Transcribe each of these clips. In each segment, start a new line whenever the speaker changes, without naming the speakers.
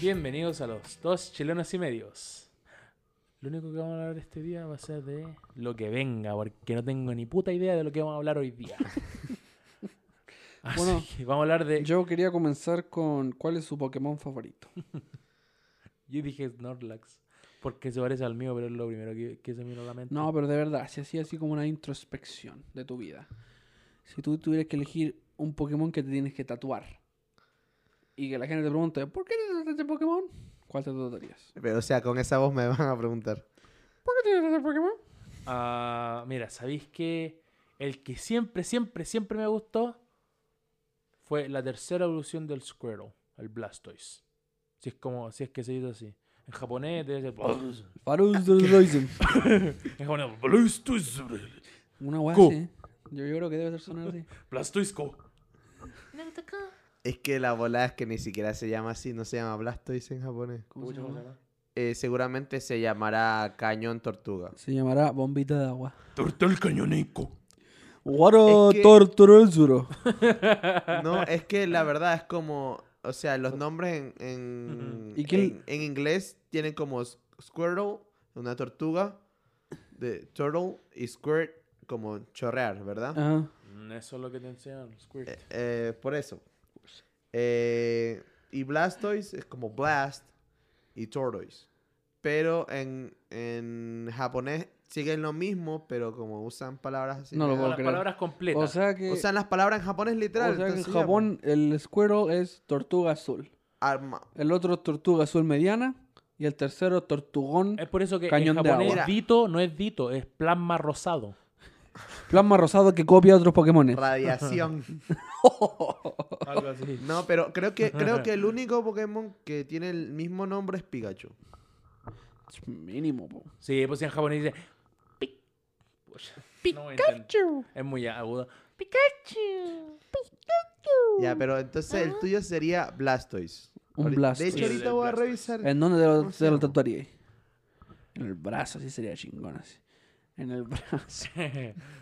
Bienvenidos a los dos chilenos y medios. Lo único que vamos a hablar este día va a ser de lo que venga, porque no tengo ni puta idea de lo que vamos a hablar hoy día. Así
Bueno,
que vamos a hablar de. Yo,
Yo quería comenzar con cuál es su Pokémon favorito.
dije Snorlax, porque se parece al mío, pero es lo primero que, que se me vino a la mente.
No, pero de verdad, si hacía así como una introspección de tu vida. Si tú tuvieras que elegir un Pokémon que te tienes que tatuar y que la gente te pregunte, ¿por qué te tatuaste este Pokémon? ¿Cuál te tatuarías?
Pero o sea, con esa voz me van a preguntar.
¿Por qué te tatuaste este Pokémon?
Ah, mira, ¿sabéis que el que siempre, siempre, siempre me gustó fue la tercera evolución del Squirtle, el Blastoise? Si es como, si es que se dice así. En japonés debe ser Blastoise.
Farus del Roisen.
En japonés, Blastoise.
Una guay
Q.
así. ¿eh? Yo, yo creo que debe ser sonar así.
Blastoise Go.
Es que la bola es que ni siquiera se llama así, no se llama Blastoise en japonés.
¿Cómo se llama?
Eh, seguramente se llamará Cañón Tortuga.
Se llamará Bombita de Agua.
Tortel cañonico.
Guaro
Es que-
Tortorozuro.
No, es que la verdad es como, o sea, los nombres en, en,
¿Y quién-
en, en inglés tienen como s- Squirtle, una tortuga, de Turtle y Squirt como chorrear, ¿verdad?
Ajá.
Mm, Eso es lo que te enseñan, Squirt.
Eh, eh, por eso. Eh, y Blastoise es como Blast y Tortoise. Pero en, en japonés siguen lo mismo, pero como usan palabras así.
No lo
Con
me da-
puedo
las
creer.
palabras completas.
O sea que,
Usan las palabras en japonés literal.
o sea que en
entonces ya,
Japón el Squirtle es Tortuga Azul.
arma-
El otro es tortuga azul mediana. Y el tercero, tortugón.
es por eso que
Cañón
en
de
japonés
agua.
Dito no es Dito, es plasma rosado.
Plasma rosado que copia otros Pokémon.
radiación.
Algo así.
No, pero creo que creo que el único Pokémon que tiene el mismo nombre es Pikachu.
Mínimo, po.
Sí, pues en japonés dice. "Pi- Pucha, no voy a intentar. es muy agudo. Pikachu.
Ya, pero entonces el tuyo sería Blastoise.
Un
Ahori-
Blastoise.
De
Sí,
hecho, ahorita
Ah. el
voy a
Blastoise.
revisar.
¿En dónde te lo,
¿Cómo se
te lo
llama?
tatuaría? En el brazo, así sería chingón. Así. En el brazo.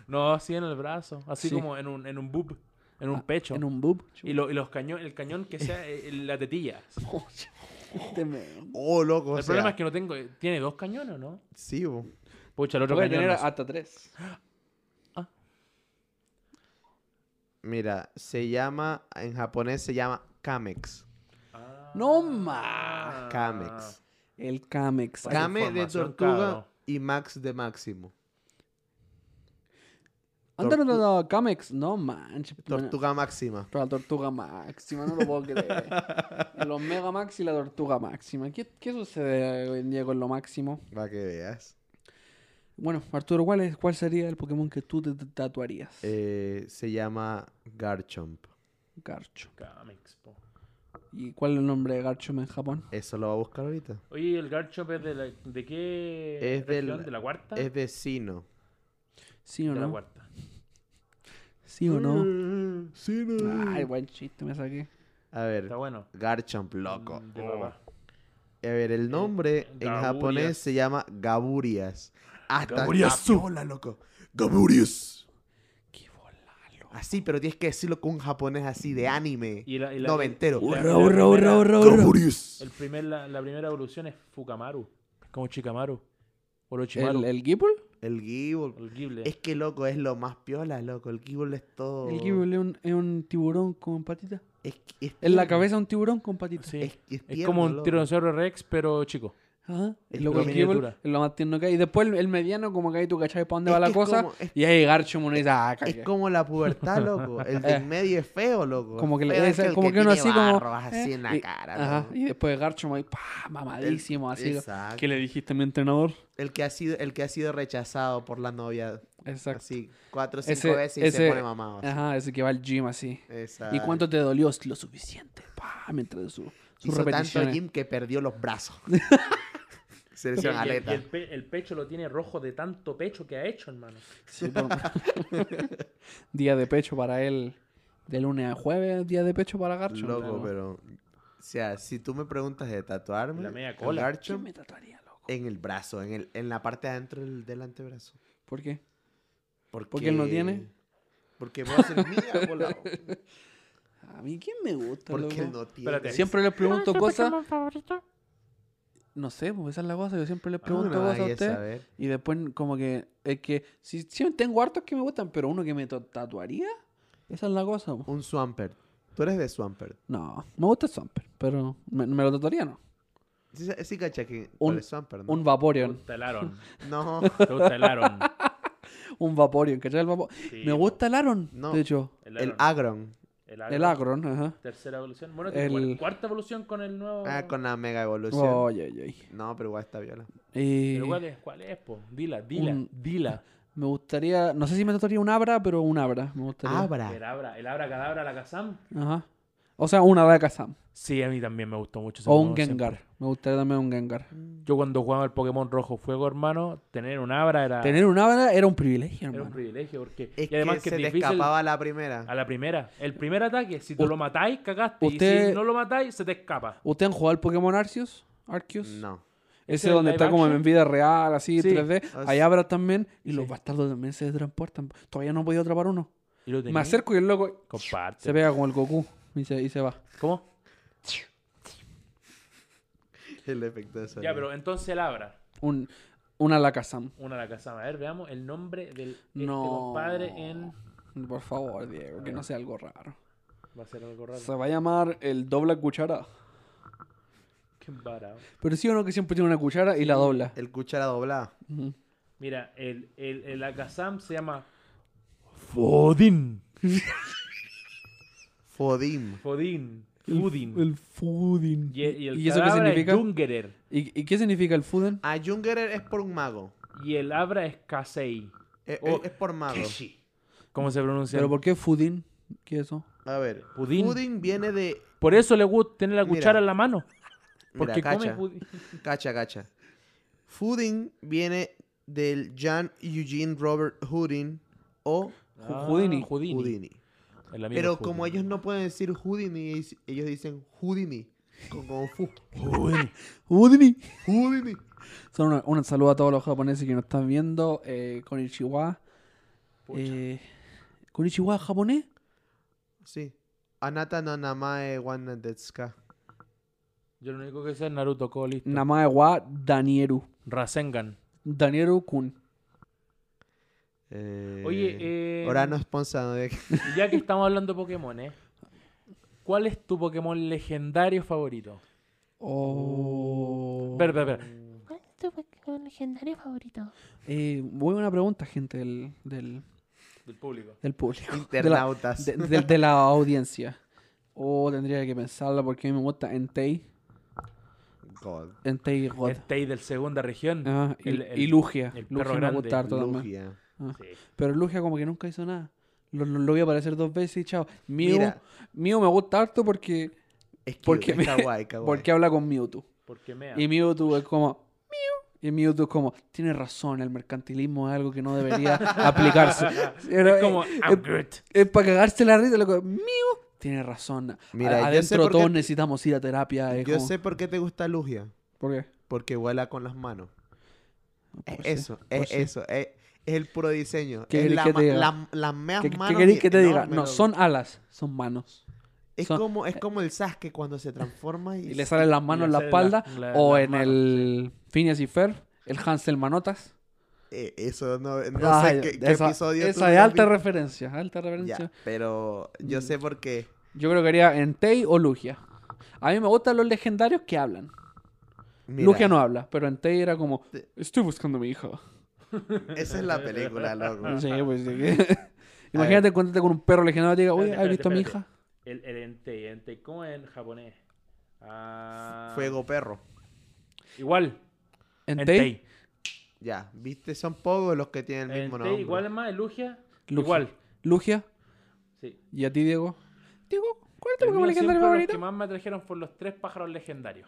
no, así en el brazo. Así
Sí.
como en un, en un boob. En un
Ah,
pecho.
En un boob.
Y, lo- y los cañón, el cañón que sea eh, la tetilla.
Este me-
Oh, loco. o
el
sea,
problema es que no tengo. ¿Tiene dos cañones o no?
Sí, bo.
Pucha, el otro
Puede
cañón.
tener
no sé.
hasta tres.
Mira, se llama, en japonés se llama Kamex.
Ah,
¡No más!
Kamex.
El Kamex.
Vaya
Kame de
información,
tortuga
cabrón.
y Max de máximo.
Antes no te daba Kamex. No manches.
Tortuga máxima.
Pero la tortuga máxima, no lo puedo creer. El Omega Max y la tortuga máxima. ¿Qué, qué sucede hoy en día con lo máximo?
Para que veas.
Bueno, Arturo, ¿cuál, es, ¿cuál sería el Pokémon que tú te te tatuarías?
Eh, se llama Garchomp.
Garcho.
Kamex, po.
¿Y cuál es el nombre de Garcho en Japón?
Eso lo va a buscar ahorita.
Oye, ¿el Garchomp es de, la, de qué
Es del-
región? ¿De la cuarta?
Es de Sino.
¿Sí o
De la
no?
cuarta.
¿Sí o
Mm.
no?
Sino.
Ay, buen chiste me saqué.
A ver,
Mm. Está bueno.
Garchomp, loco.
Mm, De papá.
A ver, el nombre en
Gaburias.
japonés se llama Gaburias. Hasta
Gaburias.
Gabiola, loco. Gaburias.
Qué volalo.
Así, pero tienes que decirlo con un japonés así de anime.
Y la- y la-
noventero.
y la-
Urra, urra, urra, urra, urra.
Gaburias.
El primer, la, la primera evolución es Fukamaru. Como Chikamaru. Orochimaru.
¿El, el Gibble?
El Gibble.
El Ghibli.
Es que loco, es lo más piola, loco. El Gibble es todo.
¿El Gibble es un, es un tiburón con patita?
Es, que- es
¿En la
tierno.
cabeza un tiburón con patita?
Sí.
Es,
Es,
es tierno,
como un
loco.
tiranosaurio rex, pero chico.
Ajá.
Es
Y luego
lo
el Gibble
miniatura.
es lo más tierno que hay. Y después el, el mediano, como que ahí tú cachai para dónde
Es
va
que
la
es
cosa.
como- es-
Y ahí Garcho uno dice, ah,
Es
cagué.
como la pubertad, loco. El del medio es feo, loco.
Eh. Como que, le-
Feo es
esa-
el
como que uno así
tiene
como...
barros así
eh,
en la
y-
cara.
Ajá.
loco.
Y después Garcho ahí, pa, mamadísimo, así.
Exacto.
¿Qué le dijiste a mi entrenador?
El que ha sido, el que ha sido rechazado por la novia.
Exacto.
Así, cuatro o cinco
Ese-
veces y
ese-
se pone mamado. así.
Ajá, ese que va al gym así.
Exacto.
¿Y cuánto te dolió? Lo suficiente. Pa, mientras su, su
Hizo tanto
repetición.
Jim que perdió los brazos. se
Y,
lesionó
y-
la
y
aleta.
el, pe- el pecho lo tiene rojo de tanto pecho que ha hecho, hermano.
día de pecho para él. De lunes a jueves, día de pecho para Garcho.
Loco, pero. O sea, si tú me preguntas de tatuarme.
La media
el
cola.
¿Qué
Garchomp,
me tatuaría, loco?
en el brazo, en, el, en la parte de adentro del, del antebrazo.
¿Por qué? Porque él no tiene.
Porque puedo hacer mía volado.
A mí, ¿quién me gusta?
Porque
loco?
él no tiene.
Espérate.
Siempre les pregunto cosas.
favorito?
No sé, pues esa es la cosa. Yo siempre les
Ah, no
pregunto
me
cosas a
vayas
ustedes.
ver.
Y después, como que. Es que. Si, sí, tengo hartos que me gustan, pero uno que me to- tatuaría. Esa es la cosa. po.
Un Swampert. Tú eres de Swampert.
No, me gusta Swamper, pero. Me, me lo tatuaría, no.
Sí, sí cacha que
Un-
un, Swampert, ¿no?
Un Vaporeon.
gusta el Aron.
No,
Te gusta el Aron.
Un Vaporeon, ¿cachai? El Vapo-
Sí, pues.
me
po.
gusta el Aron,
No.
de hecho.
El
el
Aron.
Agron.
El
El
Aron.
Agron, ajá.
Tercera evolución. Bueno,
El-
cuar- cuarta evolución con el nuevo.
Ah, con la mega evolución.
Oh.
Oye, oye, oye.
No, pero igual está viola.
Eh,
Pero ¿cuál es? ¿Cuál es, po? Dila, dila,
Un-
dila.
me gustaría. No sé si me tatuaría un Abra, pero un Abra. Me gustaría.
El Abra, el Abra Cadabra, la Kazam.
Ajá. O sea, un Abra Kazam.
Sí, a mí también me gustó mucho ese
O un
Pokémon Pues siempre.
Gengar. Me gustaría también un Gengar.
Yo cuando jugaba el Pokémon Rojo Fuego, hermano, tener un Abra era,
Tener un Abra era un privilegio,
Ah. era un
hermano.
privilegio. Porque...
Es
y además
que,
que,
se
es
te
difícil
escapaba la primera.
a la primera. El primer ataque, si tú
Ust-
lo matáis, cagaste. Y
usted-
si no lo matáis, se te escapa.
¿Ustedes han jugado el Pokémon Arceus? Arceus.
No.
¿Ese
Ese
es
donde
live
está como
action?
en vida real, así,
Sí.
3D.
Ah,
Hay
sí.
Abra también. Y los
Sí.
bastardos también se transportan. Todavía no he podido atrapar uno.
Y lo
Me
tenías.
acerco y el loco
Comparte.
se pega con el Goku. Y se, y se va.
¿Cómo?
El efecto de sonido.
Ya, pero entonces el Abra.
Un, un Alakazam.
Una la Kazam. A ver, veamos el nombre del este
No.
compadre en.
Por favor, Diego, que no sea algo raro.
Va a ser algo
Se
raro.
va a llamar el dobla cuchara.
Qué embarado.
Pero sí o no que siempre tiene una cuchara y la dobla.
El cuchara doblada.
Ujú.
Mira, el, el, el Akazam se llama. Fodin.
Fodim.
Fodin.
El-
Fudin.
El Fudin.
Y, y el
¿Y eso qué significa?
Jungerer.
¿Y, y qué significa el Fuden?
A Jungerer es por un mago.
Y el Abra es Kasei.
Es,
Oh.
es por mago.
Keshi. ¿Cómo se pronuncia?
¿Pero por qué Fudin? ¿Qué es eso?
A ver.
Pudín.
Pudín viene de.
Por eso le gusta tener la
Mira.
cuchara en la mano.
Mira,
Porque come
cacha.
pudín.
Cacha, cacha. Fudin viene del Jan Eugene Robert Houdin o
Ah,
Houdini.
Houdini.
Houdini.
El amigo
Pero
Houdini.
como ellos no pueden decir Houdini, ellos- ellos dicen Houdini. Con Kung Fu.
Fudini.
Houdini.
Son una- un saludo a todos los japoneses que nos están viendo. Eh, Konichiwa. Eh, Konichiwa japonés.
Sí. Anata e no namae wana detsuka.
Yo lo único que sé es Naruto Call. listo.
Namae wa Danieru.
Rasengan.
Danieru kun.
Eh,
Oye, eh,
Ahora no sponsor de...
ya que estamos hablando de Pokémon, ¿eh? ¿Cuál es tu Pokémon legendario favorito?
Oh.
Espera, espera, espera.
¿Cuál es tu Pokémon legendario favorito?
Eh, muy buena pregunta, gente del, del,
Del público.
del público. De la,
Internautas.
de, de- de la audiencia. Oh, tendría que pensarla porque a mí me gusta Entei.
God.
Entei God.
El Tei Este, del segunda región.
Ah, y,
el- el-
y Lugia.
el perro
Lugia me
grande,
gusta harto también.
Lugia.
Ah.
Sí.
Pero Lugia como que nunca hizo nada. Lo, lo, lo vi aparecer dos veces y chao. Mew,
Mira,
Mew me gusta harto porque,
es que
Porque
es
me-
kawaii, kawaii.
porque habla con Mewtwo.
Porque mea.
Y Mewtwo es como... "Mew", Y Mewtwo es como, tiene razón, el mercantilismo es algo que no debería aplicarse. Era-
Es como, ah,
es,
I'm good.
para cagarse la risa, loco. Mew tiene razón.
Mira,
Mira,
yo sé
adentro
por qué-
todos necesitamos ir a terapia. es
Yo
como-
sé por qué te gusta Lugia.
¿Por qué?
Porque vuela con las manos. Es
Pues sí,
eso,
pues
es
sí.
eso. Es, es el puro diseño.
¿Qué
es
querés
la
que te
ma-
diga?
la- las meas
¿Qué, qué
manos
querés que te diga?
enormes,
No,
loco.
son alas, son manos.
Es,
son- eh.
como, es como el Sasuke cuando se transforma y...
Y le salen las manos en la
le salen la-
espalda.
la-
o
las
en
manos,
el Phineas y Ferb, el Hansel Manotas.
Eh, eso no, no
Ay,
sé qué, qué
esa,
episodio tú
esa es
lo
alta
viste.
referencia, alta referencia. Mm.
Ya, pero yo sé por qué.
Yo creo que haría en Entei o Lugia. A mí me gustan los legendarios que hablan.
Mira,
Lugia no habla, pero Entei era como,
Te-
estoy buscando a mi hija.
Esa es la película, loco.
Sí, pues, sí que- Imagínate encontrarte con un perro legendario y te diga, oye, ¿has
Espérate,
visto a mi
espérate,
hija?
El, el Entei. Entei. ¿Cómo es en japonés? Ah,
Fuego perro.
Igual.
Entei,
Ya, viste, son pocos los que tienen el mismo
Entei,
nombre.
igual es más, el Lugia.
Lugia.
Igual.
Lugia,
Sí.
y a ti, Diego. Diego, ¿cuál es tu
El mío
Pokémon legendario
siempre Los que
favorito?
más me atrajeron fueron los tres pájaros legendarios.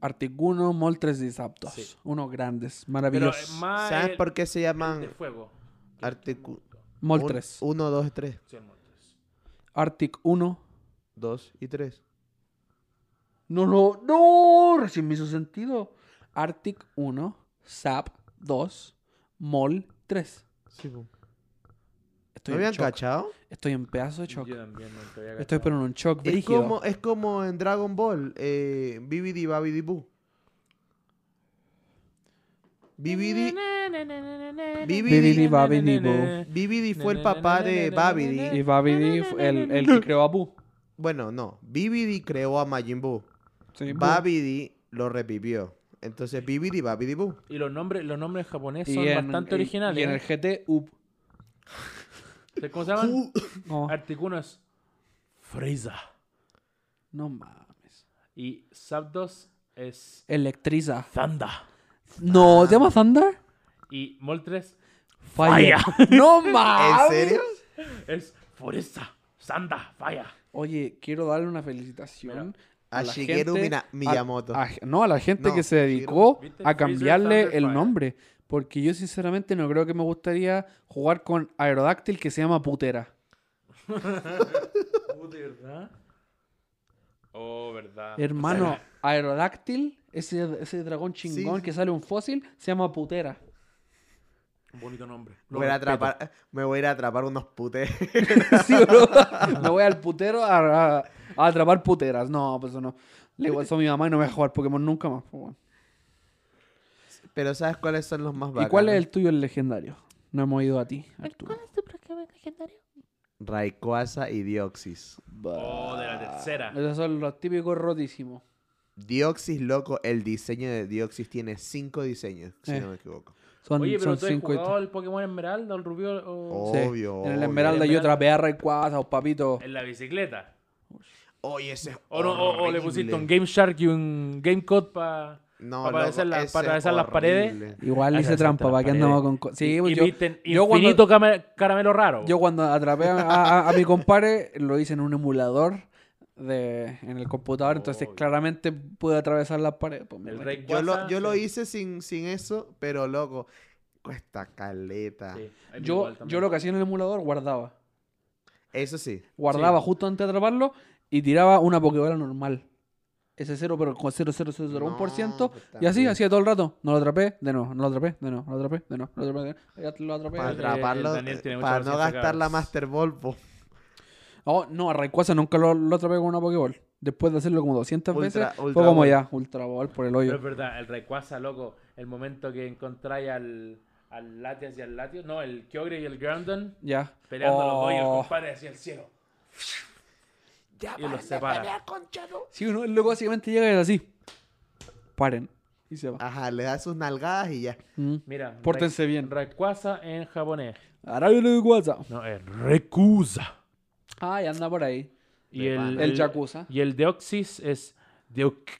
Articuno, Moltres y Zapdos.
Sí.
Unos grandes,
Pero
maravillosos.
eh, más
¿Sabes
el-
por qué se
el de
llaman
fuego.
Articu-
Moltres.
1, 2, 3?
Sí, el Moltres.
Arctic 1.
2 y 3.
No, no, no, recién me hizo sentido. Arctic 1, Zap 2, Mol 3.
Sí, po.
Estoy
¿No
en
habían
shock.
cachado?
Estoy en pedazo de shock.
Yo también nunca había
Estoy
cachado.
pero en un shock
Es
brígido.
como, es como en Dragon Ball, eh, Bibidi Babidi Boo. Bibidi,
Bibidi
Bibidi,
Babidi
Bibidi fue el papá de Babidi.
Y Babidi, fu- el, el que creó a Boo.
Bueno, no. Bibidi creó a Majin Buu.
Sí, Boo.
Babidi lo revivió. Entonces, Bibidi Babidi Boo.
Y los nombres, los nombres japoneses
Y
son
en-
bastante
y-
originales.
Y en el GT, up.
¿eh? ¿Cómo se llaman?
No,
Articuno es Freeza.
no mames.
Y Zapdos es
Electriza.
Zanda.
No, ¿se llama Thunder?
Y Moltres
Falla. No mames.
¿En serio?
es Foreza. Zanda, falla.
Oye, quiero darle una felicitación.
A
la
Shigeru
gente-
Mina- Miyamoto.
a- a- no, a la gente
No,
que se
Shigeru.
dedicó
¿Viste?
a
Freezer
cambiarle el
Thunderfire.
nombre. Porque yo sinceramente no creo que me gustaría jugar con Aerodáctil que se llama Putera.
¿verdad? Oh, verdad.
Hermano, Aerodáctil, ese, ese dragón chingón
sí.
que sale un fósil, se llama Putera.
Bonito nombre.
Voy a ir a atrapar- me voy a ir a atrapar unos putes.
Sí, bro. Me voy al putero a, a- a atrapar puteras. No, pues eso no. Le igual a mi mamá y no voy a jugar Pokémon nunca más. pues, bueno.
Pero ¿sabes cuáles son los más
¿Y
bacanos?
cuál es el tuyo, el legendario? No hemos ido a ti,
¿Cuál
Arturo.
es tu Pokémon legendario?
Rayquaza y Dioxis.
Oh, de la tercera.
Esos son los típicos rotísimos.
Dioxis, loco, el diseño de Dioxis tiene cinco diseños, si
Eh.
no me equivoco.
Son,
Oye, pero
son
tú has
cinco. y
jugado el Pokémon Esmeralda, el Rubio o...
Oh.
Sí,
Obvio,
En el
obvio.
Esmeralda
El
yo
Esmeralda.
trapé a Rayquaza, oh, papito.
en la bicicleta.
Oye, ese es
O, no, o- o le
horrible.
pusiste un Game Shark y un Game Code para
No,
para
loco,
atravesar, la-
ese
para
es
atravesar las
horrible.
paredes.
Igual
Ah,
hice
esas
trampa,
son
¿para qué
las
andamos con...?
paredes.
co- Sí,
y,
pues
y
yo,
viste
yo cuando-
infinito came- caramelo raro.
yo cuando atrapé a, a- a mi compadre, lo hice en un emulador de, en el computador, entonces
Obvio.
claramente pude atravesar las paredes. pues, me
El
la-
Rayquaza,
Yo lo, yo lo
sí.
hice sin, sin eso, pero loco, cuesta caleta.
Sí, ahí
Yo,
igual también.
yo lo que hacía en el emulador, guardaba.
Eso sí.
Guardaba justo antes de atraparlo y tiraba una pokebola normal. Ese 0, pero con 0,0001%.
No, pues
y así,
también.
hacía todo el rato. No lo atrapé, de nuevo, no lo atrapé, de nuevo, no lo atrapé, de nuevo, no lo atrapé, de nuevo. Ya lo atrapé.
Para
el- el
atraparlo,
Daniel tiene mucha
para no
paciencia,
gastar la
cabros.
Master Ball, po.
Oh, no, a Rayquaza nunca lo, lo atrapé con una pokeball. Después de hacerlo como 200
Ultra-
veces, fue
Ultra
como
Ball.
ya, ultra ball por el
Pero
hoyo.
es verdad, el Rayquaza, loco, el momento que encontráis al, al Latias y al Latios, no, el Kyogre y el Groundon
Ya.
peleando los dos y el
Oh.
compadre hacia el cielo. y los separa.
Sí, uno, el loco básicamente llega y es así. Paren. Y se va.
Ajá, le das sus nalgadas y ya.
Mm.
Mira, Ray-
Pórtense bien.
Rayquaza en japonés.
Arabia Rayquaza.
No, es Rekuza.
Ay, anda por ahí.
Y
De
el,
pana.
El Yakuza.
Y el Deoxys es Deok-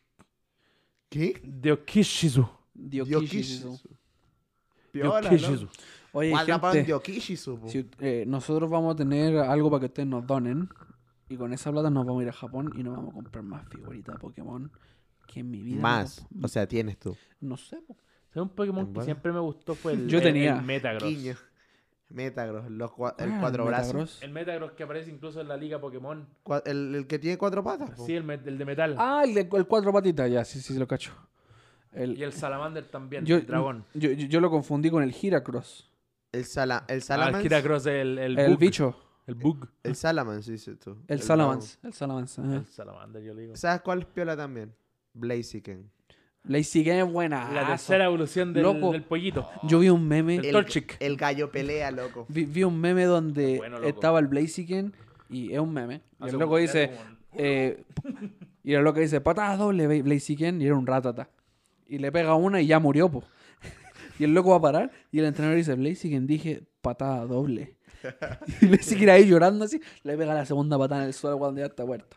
¿Qué?
Deokishizu.
Diokishisu.
Piola,
Deokishizu.
Oye,
Guardapan
gente,
Diokishisu, po.
si, eh, nosotros vamos a tener algo para que ustedes nos donen. Y con esa plata nos vamos a ir a Japón y nos vamos a comprar más figuritas de Pokémon que en mi vida. me
Más.
comp-
O sea, tienes tú.
No sé. pues, po.
¿Sabes Un Pokémon
En
que
bola.
siempre me gustó fue el,
Yo
el-
tenía.
el Metagross.
Quiño. Metagross, los cua-
Ah,
el cuatro brazos.
Metagross.
El Metagross que aparece incluso en la liga Pokémon.
Cua- El, el que tiene cuatro patas, po.
Sí, el, met- el de metal.
Ah, el, de, el cuatro patitas, ya, sí, sí, lo cacho. El,
Y el Salamander también,
yo,
el dragón.
Yo, yo- yo lo confundí con el Giracross.
El, sala, el
Ah,
Salamence.
el Heracross, el, el,
El,
bug,
bicho.
El bug.
El Salamence, dices tú.
El,
dragón.
Salamance. El Salamance. ajá.
El Salamander, yo le digo.
¿Sabes cuál es piola también? Blaziken.
La sigue es buena.
La tercera evolución del,
Loco.
del pollito.
Yo vi un meme.
El Torchic.
el gallo pelea, loco.
Vi, vi un meme donde
Bueno, loco.
estaba el Blaziken y es un meme. Y
Hace
el
un-
loco dice.
hace un-
eh, y el loco dice, patada doble, Bla- Blaziken, y era un ratata. Y le pega una y ya murió, po. y el loco va a parar y el entrenador dice, Blaziken, dije, patada doble. y Blaziken ahí llorando así, le pega la segunda patada en el suelo cuando ya está muerto.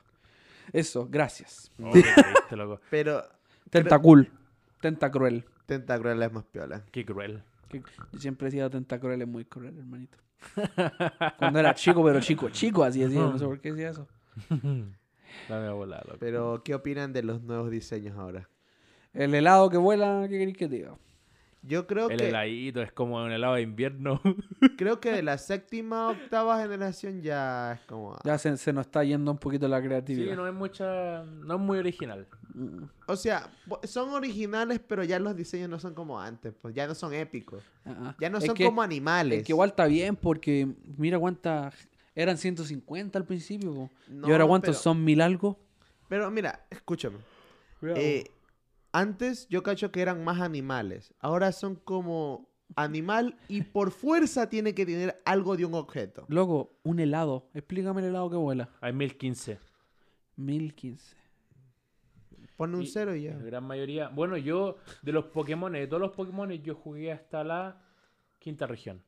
Eso, gracias.
Oh, qué triste, loco.
Pero
Tentacruel. Tentacruel.
Tentacruel es más piola.
Qué cruel.
Que yo siempre decía Tentacruel es muy cruel, hermanito. Cuando era chico, pero chico, chico, así decía. No sé por qué decía eso.
Dame a volar, loco.
Pero, ¿qué opinan de los nuevos diseños ahora?
El helado que vuela, ¿qué queréis que te diga?
Yo creo
El
que
heladito es como un helado de invierno.
creo que de la séptima octava generación ya es como. ah.
Ya se, se nos está yendo un poquito la creatividad.
sí, no es mucha. No es muy original.
Mm.
O sea, bo- son originales, pero ya los diseños no son como antes. Pues ya no son épicos.
Ah, ah.
Ya no
Es
son
que-
como animales.
Es que igual está bien porque mira cuántas... Eran 150 al principio. po.
No,
y ahora cuántos
pero-
son mil algo.
Pero mira, escúchame. Eh, antes yo cacho que eran más animales. Ahora son como animal y por fuerza tiene que tener algo de un objeto.
Loco, un helado. Explícame el helado que vuela.
Hay 1015.
1015.
Pone un
Y-
cero y ya.
La gran mayoría. Bueno, yo, de los Pokémon, de todos los Pokémon, yo jugué hasta la quinta región.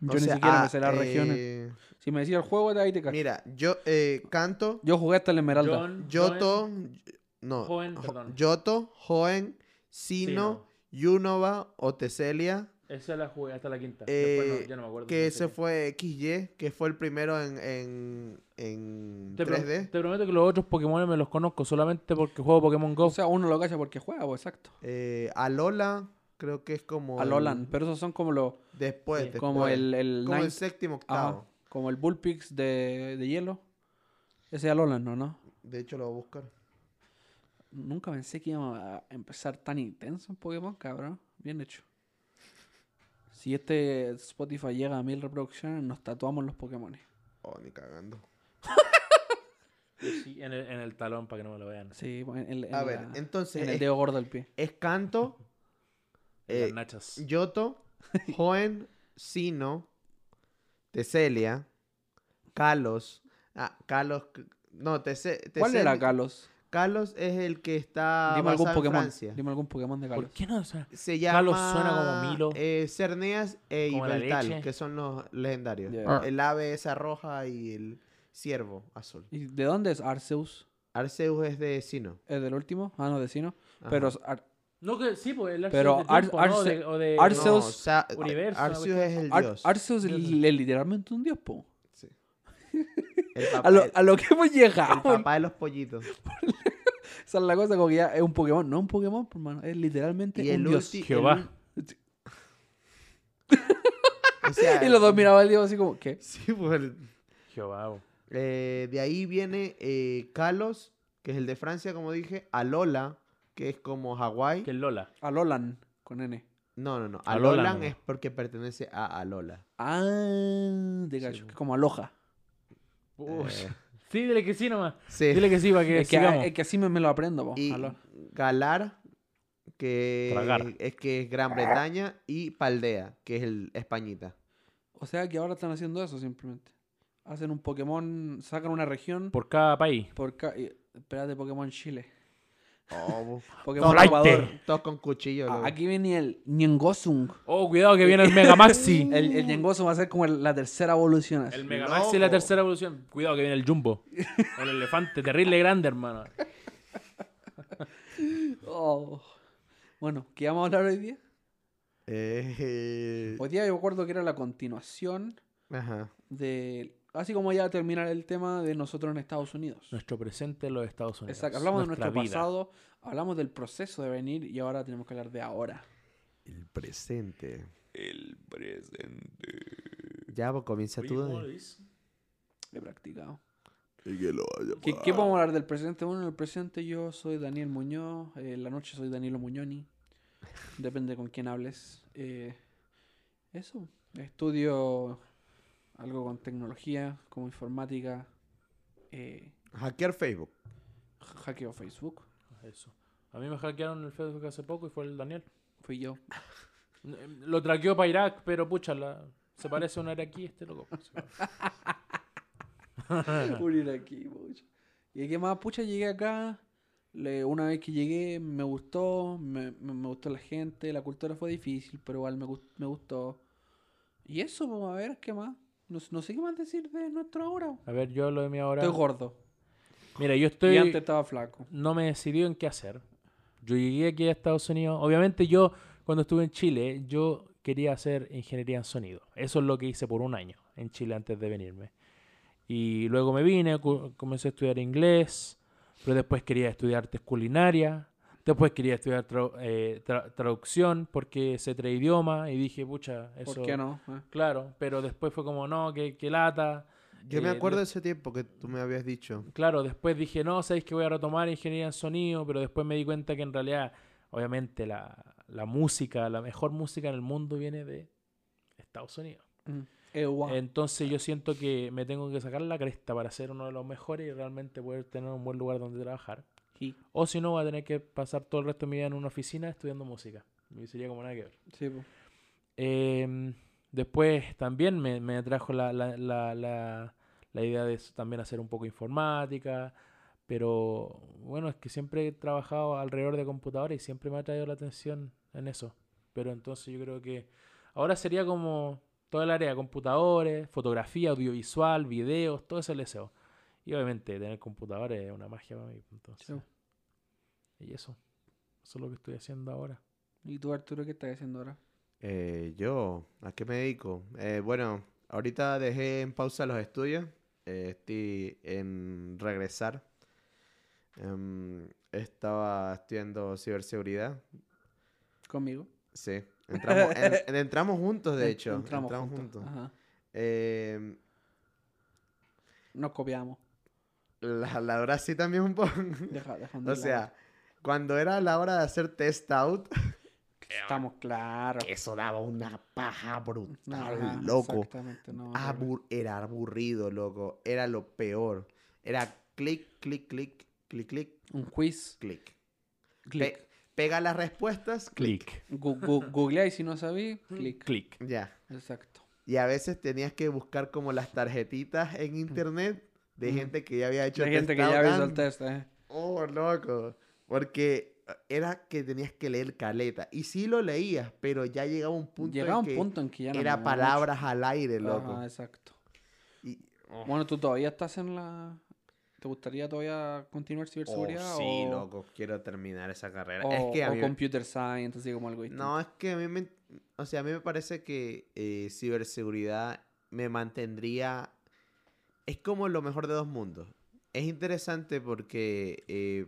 Yo
O
ni
sea,
siquiera
ah,
me sé las regiones.
eh,
Si me decía el juego, de ahí te cacho.
Mira, yo eh, canto,
Yo jugué hasta la esmeralda.
John,
Yoto,
Joen,
no,
Joen,
Jo-
perdón.
Yoto, Joen, Sino,
Sino.
Yunova, Otecelia,
Esa la jugué hasta la quinta.
eh,
Después no, ya no me acuerdo.
que
No sé
se
qué.
fue XY, que fue el primero en, en, en
Te, pro-
3D.
te prometo que los otros Pokémon me los conozco solamente porque juego Pokémon Go.
O sea, uno lo cacha porque juega, pues, exacto.
Eh, Alola, creo que es como...
A
el-
Lolan. Pero esos son como los...
Después,
Sí,
después.
Como el... el
como el
Nine-
séptimo,
Ajá,
octavo.
Como el Bullpix de, de hielo. Ese es Lolan, ¿no? ¿no?
De hecho, lo voy a buscar.
Nunca pensé que íbamos a empezar tan intenso en Pokémon, cabrón. Bien hecho. Si este Spotify llega a mil reproducciones, nos tatuamos los Pokémon.
Oh, ni cagando.
Sí, en, el, en el talón para que no me lo vean.
Sí, en, en- en
A
la-
ver, entonces
en el
es,
dedo gordo del pie.
es canto,
En
eh,
Las nachas.
Yoto, Joen, Sino, Teselia, Kalos. Ah, Kalos. c- No, Tese,
¿Cuál era
Tesel-
Galos?
Kalos es el que está
Dime
basado
algún
en
Pokémon.
Francia.
Dime algún Pokémon de
¿Por
Galos.
qué no? O sea,
Se llama
Kalos suena como Milo.
eh, Cerneas e
Como la
Ibeltal,
leche.
que son los legendarios.
Ya.
El ave esa roja y el ciervo azul.
¿Y de dónde es Arceus?
Arceus es de Sino.
¿Es del último? Ah, no, de Sino.
Ajá.
Pero Ar-
No, que sí, pues el Arceus
Pero
de
Ar-
tiempo, ¿no?
Arce-
De- o de-
No,
Arceus-
o sea,
Universo,
Arceus
una
es el
Ar-
dios.
Arceus es
Dios.
li- literalmente un dios, po.
Sí. El papá,
A lo,
el-
a lo que hemos
el
llegado.
papá de los pollitos.
Esa es la cosa, como que ya es un Pokémon. No un Pokémon, po, hermano. Es literalmente
Y el
un dios.
ulti-
Jehová.
O sea,
Y los dos miraban al dios así como, ¿qué?
Sí, pues, el-
Jehová. bo.
eh, de ahí viene eh, Kalos, que es el de Francia, como dije. Alola, que es como Hawái.
Que es Lola.
A Lolan, con N.
No, no, no.
Alolan,
Alolan
¿no?
es porque pertenece a Alola.
Ah, de gallo,
po.
que como aloja.
Uy.
Eh,
Sí, dile que sí nomás.
sí.
Dile que sí para que
Es que, eh,
sigamos.
es que así me, me lo aprendo, po.
Y
Alo-
Galar, que
Tragar.
es que es Gran Bretaña. Y Paldea, que es el Españita.
O sea que ahora están haciendo eso simplemente. Hacen un Pokémon, sacan una región por,
Por cada país.
ca- y- Espérate, Pokémon Chile.
Oh,
Pokémon
Flaite.
Ecuador.
todos con cuchillo.
Ah,
loco.
aquí viene el Nyengosung.
Oh, cuidado que viene
Eh,
el Mega Maxi.
El, el Nyengosung va a ser como el- la tercera evolución. así.
El Mega Maxi es la
Loco.
tercera evolución. Cuidado que viene el Jumbo. El elefante terrible grande, hermano.
Oh. Bueno, ¿qué vamos a hablar hoy día?
Eh,
Hoy día yo me acuerdo que era la continuación
ajá.
de... Así como ya terminar el tema de nosotros en Estados Unidos.
Nuestro presente en los Estados Unidos.
Exacto, hablamos
Nuestra
de nuestro
vida.
pasado, hablamos del proceso de venir y ahora tenemos que hablar de ahora.
El presente.
El presente.
Ya, pues, comienza tú. Dani.
He practicado. ¿Qué,
¿Qué-
qué podemos hablar del presente? Bueno, en el presente yo soy Daniel Muñoz, eh, en la noche soy Danilo Muñoni, depende con quién hables. Eh, eso, estudio algo con tecnología, como informática, eh,
Hackear Facebook.
hackeo Facebook,
Eso. A mí me hackearon el Facebook hace poco y fue el Daniel.
fui yo.
Lo traqueó para Irak, pero pucha, la- se parece a un iraquí este loco.
Morir aquí, pucha. Y qué más, pucha, llegué acá. le- una vez que llegué, me gustó, me, me- me gustó la gente, la cultura fue difícil, pero igual me, gus- me gustó. Y eso, pues, a ver, ¿qué más? No, s- no sé qué más decir de nuestra ahora.
A ver, yo hablo de mi ahora.
Estoy gordo.
Mira, yo
Y
estoy.
antes estaba flaco.
no me decidió en qué hacer. Yo llegué aquí a Estados Unidos. Obviamente yo, cuando estuve en Chile, yo quería hacer ingeniería en sonido. Eso es lo que hice por un año en Chile antes de venirme. Y luego me vine, cu- comencé a estudiar inglés, pero después quería estudiar artes culinarias, Después quería estudiar trau- eh, tra- traducción porque sé tres idiomas y dije, pucha, eso.
¿Por qué no? Ah.
Claro, pero después fue como, no, que, que lata.
Yo me
Eh,
acuerdo
lo-
de ese tiempo que tú me habías dicho.
Claro, después dije, no, sabéis que voy a retomar ingeniería en sonido, pero después me di cuenta que en realidad, obviamente, la, la música, la mejor música en el mundo viene de Estados Unidos.
Mm. Ewa.
Entonces yo siento que me tengo que sacar la cresta para ser uno de los mejores y realmente poder tener un buen lugar donde trabajar.
Sí.
O si no, voy a tener que pasar todo el resto de mi vida en una oficina estudiando música. Y sería como nada que ver.
Sí, po.
Em, después también me, me atrajo la, la- la- la- la idea de s- también hacer un poco informática, pero bueno, es que siempre he trabajado alrededor de computadores y siempre me ha traído la atención en eso. Pero entonces yo creo que ahora sería como toda el área de computadores, fotografía, audiovisual, videos, todo ese deseo. Y obviamente tener computadores es una magia para mí. pues,
Sí,
Entonces,
po.
y eso, eso es lo que estoy haciendo ahora.
¿Y tú, Arturo, qué estás haciendo ahora?
Eh, yo, ¿a qué me dedico? Eh, bueno, ahorita dejé en pausa los estudios. eh, estoy en regresar. Em, estaba estudiando ciberseguridad.
Conmigo.
Sí. Entramos, en- en- entramos juntos, de
En-
hecho. Entramos, juntos.
Ajá.
Em,
Nos copiamos.
la, la hora sí también un poco.
Deja, deja un
o
de
sea, cuando era la hora de hacer test out,
lado. Estamos claros.
eso daba una paja brutal,
Ajá,
loco. Ah,
Exactamente, no. horrible.
Abur- era aburrido, loco. Era lo peor. Era clic, clic, clic, clic, clic,
Un quiz.
clic.
Clic.
Pe- pega las respuestas, clic.
Gu- gu- Googleáis si no sabéis. Clic.
Clic.
Ya.
Exacto.
Y a veces tenías que buscar como las tarjetitas en internet de
Mm.
gente que ya había hecho
Hay gente que
testado
ya hizo el
antes.
test, eh.
Oh, loco. Porque ah, era que tenías que leer caleta. Y sí lo leías, pero ya llegaba un punto
Llegaba
en
un
que
punto en que ya no me
era
daba
palabras al aire,
mucho.
loco.
Ajá, exacto.
Y- oh.
Bueno, tú todavía estás en la. ¿Te gustaría todavía continuar ciberseguridad?
Oh, sí,
o...
loco, quiero terminar esa carrera.
O,
es que a
o
mí-
computer science, así como algo
No, es que a mí me... O sea, a mí me parece que eh, ciberseguridad me mantendría... Es como lo mejor de dos mundos. Es interesante porque eh,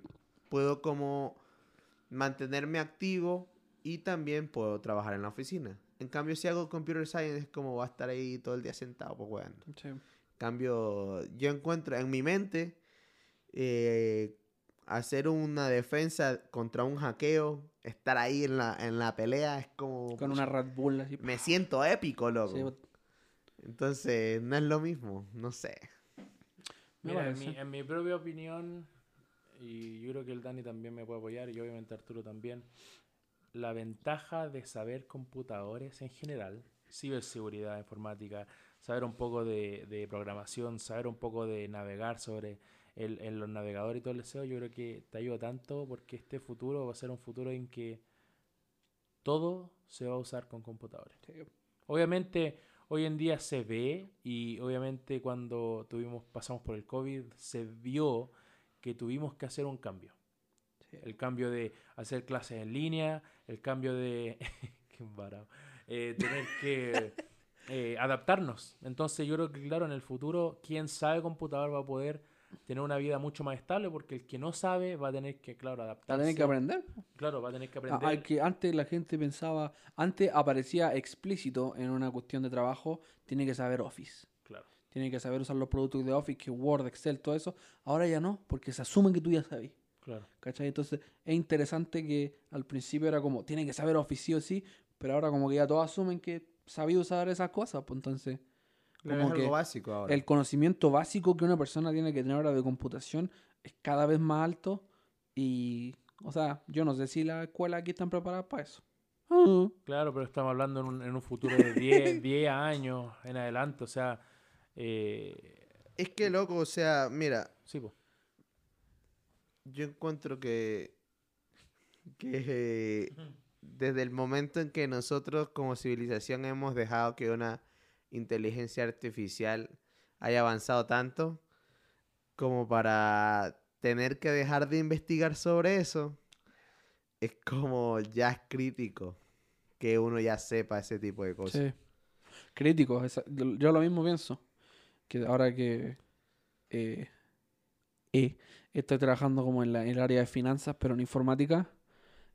puedo como mantenerme activo y también puedo trabajar en la oficina. En cambio, si hago computer science, es como va a estar ahí todo el día sentado, pues, jugando
Sí.
cambio, yo encuentro en mi mente eh, hacer una defensa contra un hackeo, estar ahí en la, en la pelea, es como...
Con una
pucha,
Red Bull así.
Me siento épico, loco.
Sí, bo-
Entonces, no es lo mismo, no sé.
me
Mira, en
parece.
mi, en mi propia opinión, y yo creo que el Dani también me puede apoyar, y obviamente Arturo también, la ventaja de saber computadores en general, ciberseguridad informática, saber un poco de, de programación, saber un poco de navegar sobre el, en los navegadores y todo el deseo, yo creo que te ayuda tanto porque este futuro va a ser un futuro en que todo se va a usar con computadores.
Sí.
Obviamente, hoy en día se ve y obviamente cuando tuvimos, pasamos por el COVID, se vio que tuvimos que hacer un cambio.
Sí.
El cambio de hacer clases en línea, el cambio de... ¡Qué embarado! Eh, tener que eh, adaptarnos. Entonces yo creo que, claro, en el futuro, quien sabe computador va a poder tener una vida mucho más estable porque el que no sabe va a tener que, claro,
La
adaptarse.
tenés que aprender.
Claro, va a tener que
Ah,
aprender.
hay que antes la gente pensaba, antes aparecía explícito en una cuestión de trabajo, tiene que saber Office,
Claro.
tiene que saber usar los productos de Office, que Word, Excel, todo eso. Ahora ya no, porque se asumen que tú ya sabes.
Claro.
¿Cachai? Entonces es interesante que al principio era como, tiene que saber Office sí o sí, pero ahora como que ya todos asumen que sabía usar esas cosas, pues entonces
Como
Como que
algo básico ahora.
el conocimiento básico que una persona tiene que tener ahora de computación es cada vez más alto y, o sea, yo no sé si las escuelas aquí están preparadas para eso. Ah.
Claro, pero estamos hablando en un, en un futuro de 10, 10 años en adelante, o sea, eh,
Es que, loco, o sea, mira,
sí, po.
yo encuentro que... que desde el momento en que nosotros como civilización hemos dejado que una inteligencia artificial haya avanzado tanto como para tener que dejar de investigar sobre eso, es como ya es crítico que uno ya sepa ese tipo de
Sí.
cosas.
Críticos, esa- yo yo lo mismo pienso. Que ahora que eh, eh, estoy trabajando como en, la- en el área de finanzas, pero en informática,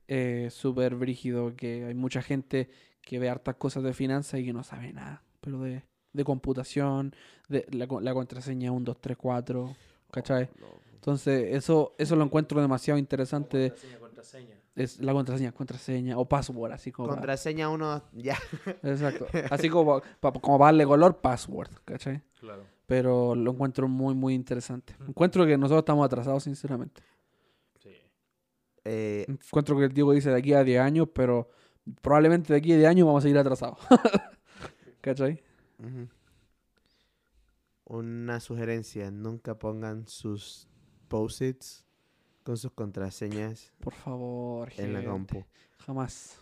eh, súper brígido que hay mucha gente que ve hartas cosas de finanzas y que no sabe nada, pero de, de computación, de la, co- la contraseña 1, 2, 3, 4, ¿cachai? Entonces, eso, eso lo encuentro demasiado interesante.
Contraseña, contraseña.
Es la contraseña, contraseña, o password, así como. para-
Contraseña uno ya.
exacto. Así como, pa- pa- como para darle color, password, ¿cachai?
Claro.
Pero lo encuentro muy, muy interesante.
Ujú.
Encuentro que nosotros estamos atrasados, sinceramente.
Sí.
Eh,
Encuentro que el Diego dice de aquí a 10 años, pero probablemente de aquí a 10 años vamos a seguir atrasados. ¿Cachai?
ujú. Una sugerencia, nunca pongan sus post-its con sus contraseñas
Por favor,
en la
gente.
compu.
Jamás.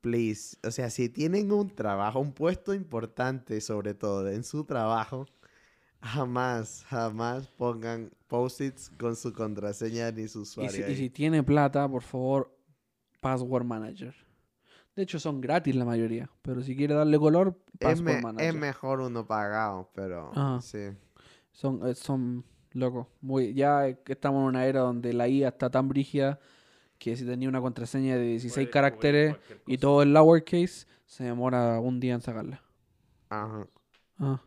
Please, o sea, si tienen un trabajo, un puesto importante sobre todo en su trabajo, jamás, jamás pongan post-its con su contraseña ni su
Y si,
usuario.
y
ahí.
si tiene plata, por favor, Password Manager. De hecho, son gratis la mayoría. Pero si quiere darle color,
es,
Password
me-
Manager.
es mejor uno pagado, pero
Ajá.
sí.
Son, eh, son locos. Muy, ya eh, estamos en una era donde la IA está tan brígida que si tenía una contraseña de 16 caracteres y todo en lowercase, se demora un día en sacarla.
Ajá.
Ah.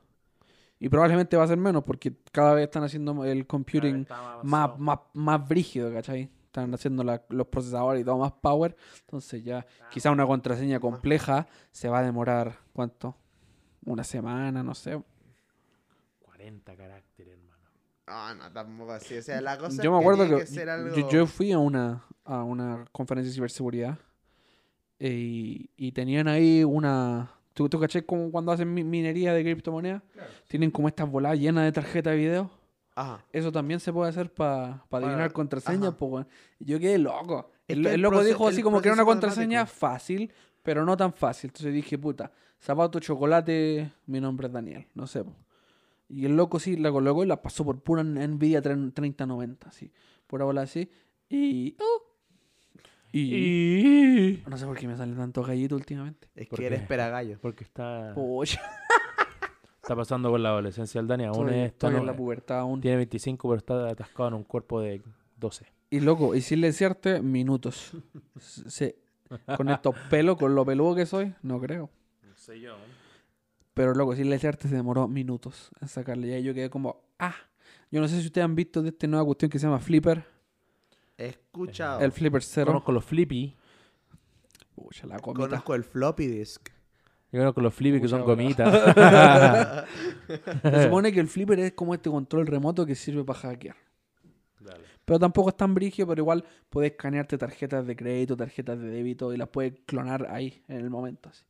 Y probablemente va a ser menos porque cada vez están haciendo el computing más, más, más brígido, ¿cachai? Están haciendo la- los procesadores y todo más power. Entonces ya quizá una contraseña compleja se va a demorar, ¿cuánto? Una semana, no sé.
40 caracteres, hermano.
Ah, no, tampoco así. O sea, la cosa
Yo
es
me acuerdo
tiene
que,
que ser
yo-
algo...
yo, fui a una, a una conferencia de ciberseguridad eh, y, y tenían ahí una... ¿Tú, tú caché como cuando hacen mi- minería de criptomonedas? Tienen como estas voladas llenas de tarjetas de video.
Ajá.
Eso también se puede hacer para adivinar
Para-
contraseñas,
ajá.
po, weón. Yo quedé loco.
Es
El,
que
el
el
loco
proce-
dijo
el
así como que era una
proceso
contraseña
matemático.
fácil, pero no tan fácil. Entonces dije, puta, zapato, chocolate, mi nombre es Daniel, no sé. po. Y el loco sí la colocó y la pasó por pura Nvidia 30- 3090, así. Pura bola así. Y... oh. y...
Y...
No sé por qué me salen tantos gallitos últimamente.
Es
¿Por
que eres
qué?
peragallo.
Porque está,
Pocha,
está pasando por la adolescencia del Dani. Aún
estoy,
es-
estoy
no-
en la pubertad aún.
tiene 25, pero está atascado en un cuerpo de 12.
Y loco, y silenciarte, minutos. Se- con estos pelos, con lo peludo que soy, no creo.
No sé yo.
Pero loco, silenciarte se demoró minutos en sacarle. Ya yo quedé como, ah. Yo no sé si ustedes han visto de esta nueva cuestión que se llama Flipper,
He escuchado.
el Flipper Zero.
Conozco los Flippy.
Pucha, la gomita.
Conozco el floppy disk.
Yo conozco los Flippy que
Pucha,
son
hola.
gomitas.
Se supone que el Flipper es como este control remoto que sirve para hackear.
Dale.
Pero tampoco es tan brigio, pero igual puedes escanearte tarjetas de crédito, tarjetas de débito y las puedes clonar ahí en el momento. Así.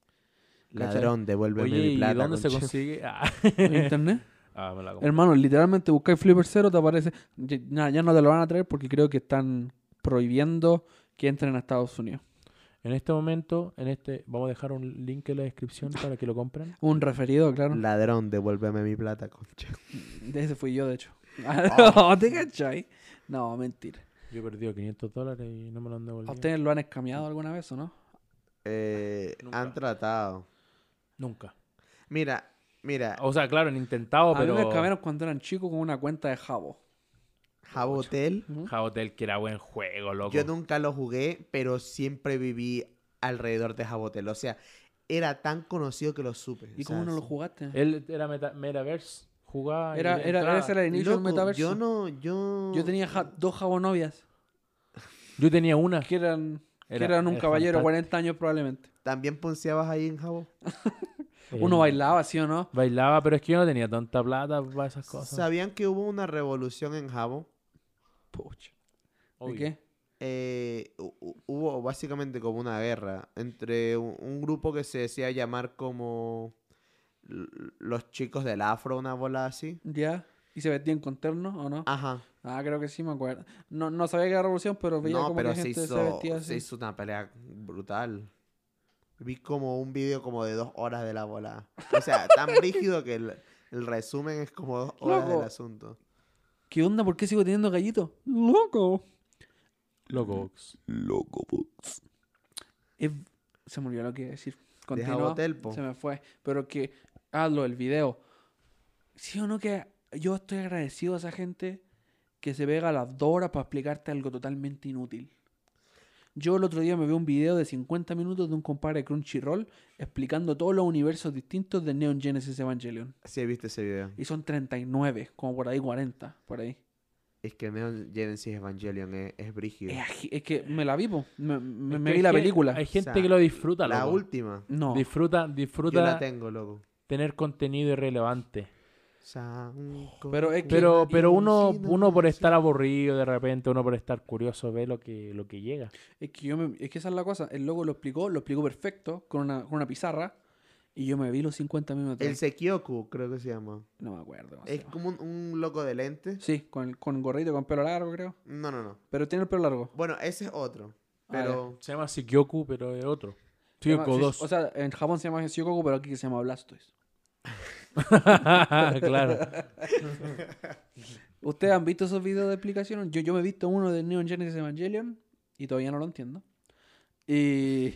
¿Cachai?
Ladrón, devuélveme
Oye,
mi
¿y
plata.
dónde se
conche-
consigue? Ah,
¿En internet?
Ah, me la compré.
Hermano, literalmente buscáis Flipper Zero, te aparece. Ya, na- ya no te lo van a traer porque creo que están prohibiendo que entren a Estados Unidos.
En este momento, en este, vamos a dejar un link en la descripción para que lo compren.
Un referido, claro.
Ladrón, devuélveme mi plata, concha.
De ese fui yo, de hecho.
Ah.
no, ¿te cachai? No, mentira.
Yo he perdido 500 dólares y no me lo han
¿A
devuelto.
ustedes lo han escameado alguna vez o no?
Eh,
Nunca.
han tratado.
Nunca.
Mira, mira,
Oh,
O sea, claro, han intentado,
A mí me
pero...
escamearon cuando eran chicos con una cuenta de Jabo.
Jabotel,
Jabotel, que era buen juego, loco.
yo nunca lo jugué, pero siempre viví alrededor de Jabotel. O sea, era tan conocido que lo supe.
¿Y
o
cómo
sea,
no lo
sí.
jugaste?
Él era meta- Metaverse, jugaba... y
Era, era,
Eh, entraba.
era ese era el inicio del
Loco,
metaverso.
Yo no, yo.
Yo tenía ja- dos jabonovias
Yo tenía una.
que eran, que
Era-
eran un
era
caballero,
fantástico.
40 años probablemente.
También ponceabas ahí en Jabo.
Uno
Eh,
bailaba, ¿sí o no?
Bailaba, pero es que yo no tenía tanta plata para esas cosas.
¿Sabían que hubo una revolución en Jabo?
Pucha. ¿De
Obvio.
qué?
eh, hu- hu- hubo básicamente como una guerra entre un, un grupo que se decía llamar como l- los chicos del afro, una bola así.
¿Ya? ¿Y se vestían con terno o no? Ah,
Ajá.
creo que sí, me acuerdo. No, no sabía que era revolución, pero veía
No,
como
pero
que
se
gente
hizo,
se vestía así.
se hizo una pelea brutal. Vi como un video como de dos horas de la bola. O sea, tan rígido que el, el resumen es como dos horas
Loco.
del asunto.
¿Qué onda? ¿Por qué sigo teniendo gallitos? ¡Loco! Mm,
Loco.
Loco, Es- Se me olvidó lo que iba a decir.
Deja
Continúa.
botel, po.
Se me fue. Pero que... Ah, lo del video. ¿Sí o no que yo estoy agradecido a esa gente que se pega a las dos horas para explicarte algo totalmente inútil? Yo el otro día me vi un video de 50 minutos de un compadre de Crunchyroll explicando todos los universos distintos de Neon Genesis Evangelion.
Sí, viste ese video.
Y son 39, como por ahí 40, por ahí.
Es que Neon Genesis Evangelion es, es brígido.
Es, aji- es que me la vi, po. me, me-
Es
me
que
vi
hay
la
gen-
película.
Hay
O
gente
sea,
que lo disfruta,
La
loco.
última.
No,
Disfruta,
Yo la
disfruta
tengo, loco.
tener contenido irrelevante.
Pero es que-
Pero, pero uno, uno por estar aburrido de repente, uno por estar curioso, ve lo que, lo que llega.
es que, yo me- es que esa es la cosa. El loco lo explicó, lo explicó perfecto, con una, con una pizarra. Y yo me vi los 50 minutos.
El Sekioku, creo que se llama.
No me acuerdo. cómo se
Es
llama.
como un, un loco de lentes.
Sí, con, el- con gorrito, con pelo largo, creo.
No, no, no.
Pero tiene el pelo largo.
Bueno, ese es otro.
Ah, ya.
Pero
Se llama Sikyoku, pero es otro.
Se llama-
Sikyoku
sí,
2.
O sea, en Japón se llama Shikoku, pero aquí se llama Blastoise.
claro.
¿Ustedes han visto esos videos de explicación? Yo, yo me he visto uno de Neon Genesis Evangelion y todavía no lo entiendo. Y,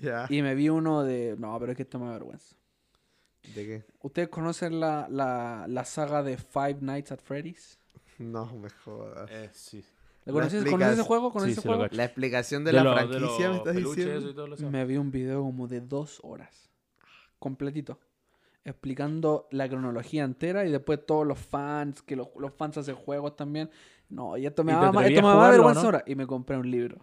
ya.
y me vi uno de... No, pero es que esto me da vergüenza.
¿De qué?
¿Ustedes conocen la, la, la saga de Five Nights at Freddy's?
No me jodas.
Eh, sí.
¿La
La
conoces?
explicas-
¿Conoces ese juego? ¿Conoces
Sí,
ese
sí, lo
juego?
cacho.
La explicación de,
De
la
lo- de
franquicia me
los
estás
peluches
diciendo.
y todo lo que sea.
Me vi un video como de dos horas. Completito. Explicando la cronología entera y después todos los fans, que los, los fans hacen juegos también. No, y esto me
¿Y te
daba ma-
atrevías
esto me
a
daba
jugarlo,
vergüenza
no?
ahora. Y me compré un libro.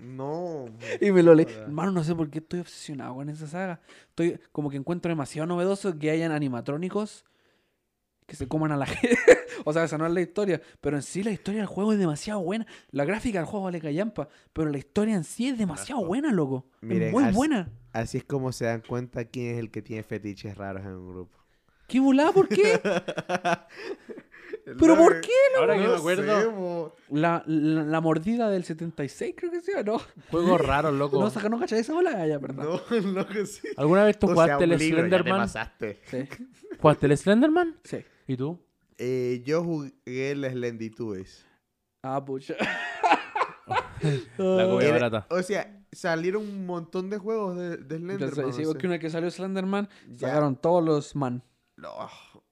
No. me
Y me lo leí.
jodas.
Hermano, no sé por qué estoy obsesionado con esa saga. Estoy como que encuentro demasiado novedoso que hayan animatrónicos que se coman a la gente. o sea, esa no es la historia. Pero en sí la historia del juego es demasiado buena. La gráfica del juego vale callampa. Pero la historia en sí es demasiado buena, loco.
Miren,
es muy
as-
buena.
Así es como se dan cuenta quién es el que tiene fetiches raros en un grupo.
¿Qué volada? ¿Por qué? ¿Pero por qué?
Ahora que me acuerdo,
La, la, la mordida del 76, creo que sea, ¿no?
juegos raros, loco.
No, saca, no cacha esa bola, Ah, ya, ¿verdad?
Oh. No, no que sí.
¿Alguna vez tú
O sea,
jugaste
un
el
libro, ya te
Slenderman?
pasaste.
Sí,
¿Jugaste el Slenderman?
sí.
¿Y tú?
Eh, yo jugué el Slenditudes.
Ah, pucha.
La copia
Era-
barata.
O sea, salieron un montón de juegos de, de
Ya sé,
Slenderman.
sí,
o
porque
sea.
una que salió Slenderman,
Ya.
sacaron todos los man.
No,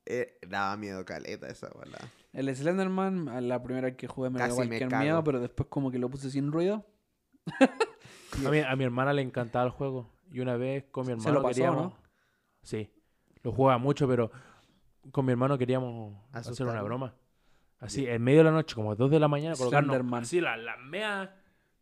eh, daba miedo caleta esa bola.
El Slenderman, a la primera que jugué me dio
Casi me
cualquier
cago.
miedo, pero después como que lo puse sin ruido.
A mi, a mi hermana le encantaba el juego. Y una vez con mi
Se
hermano
lo pasó,
queríamos.
¿no?
Sí. Lo jugaba mucho, pero con mi hermano queríamos hacer una
Asustarlo.
broma. Así, en medio de la noche, como dos de la mañana,
Slenderman.
colocarnos así las las meas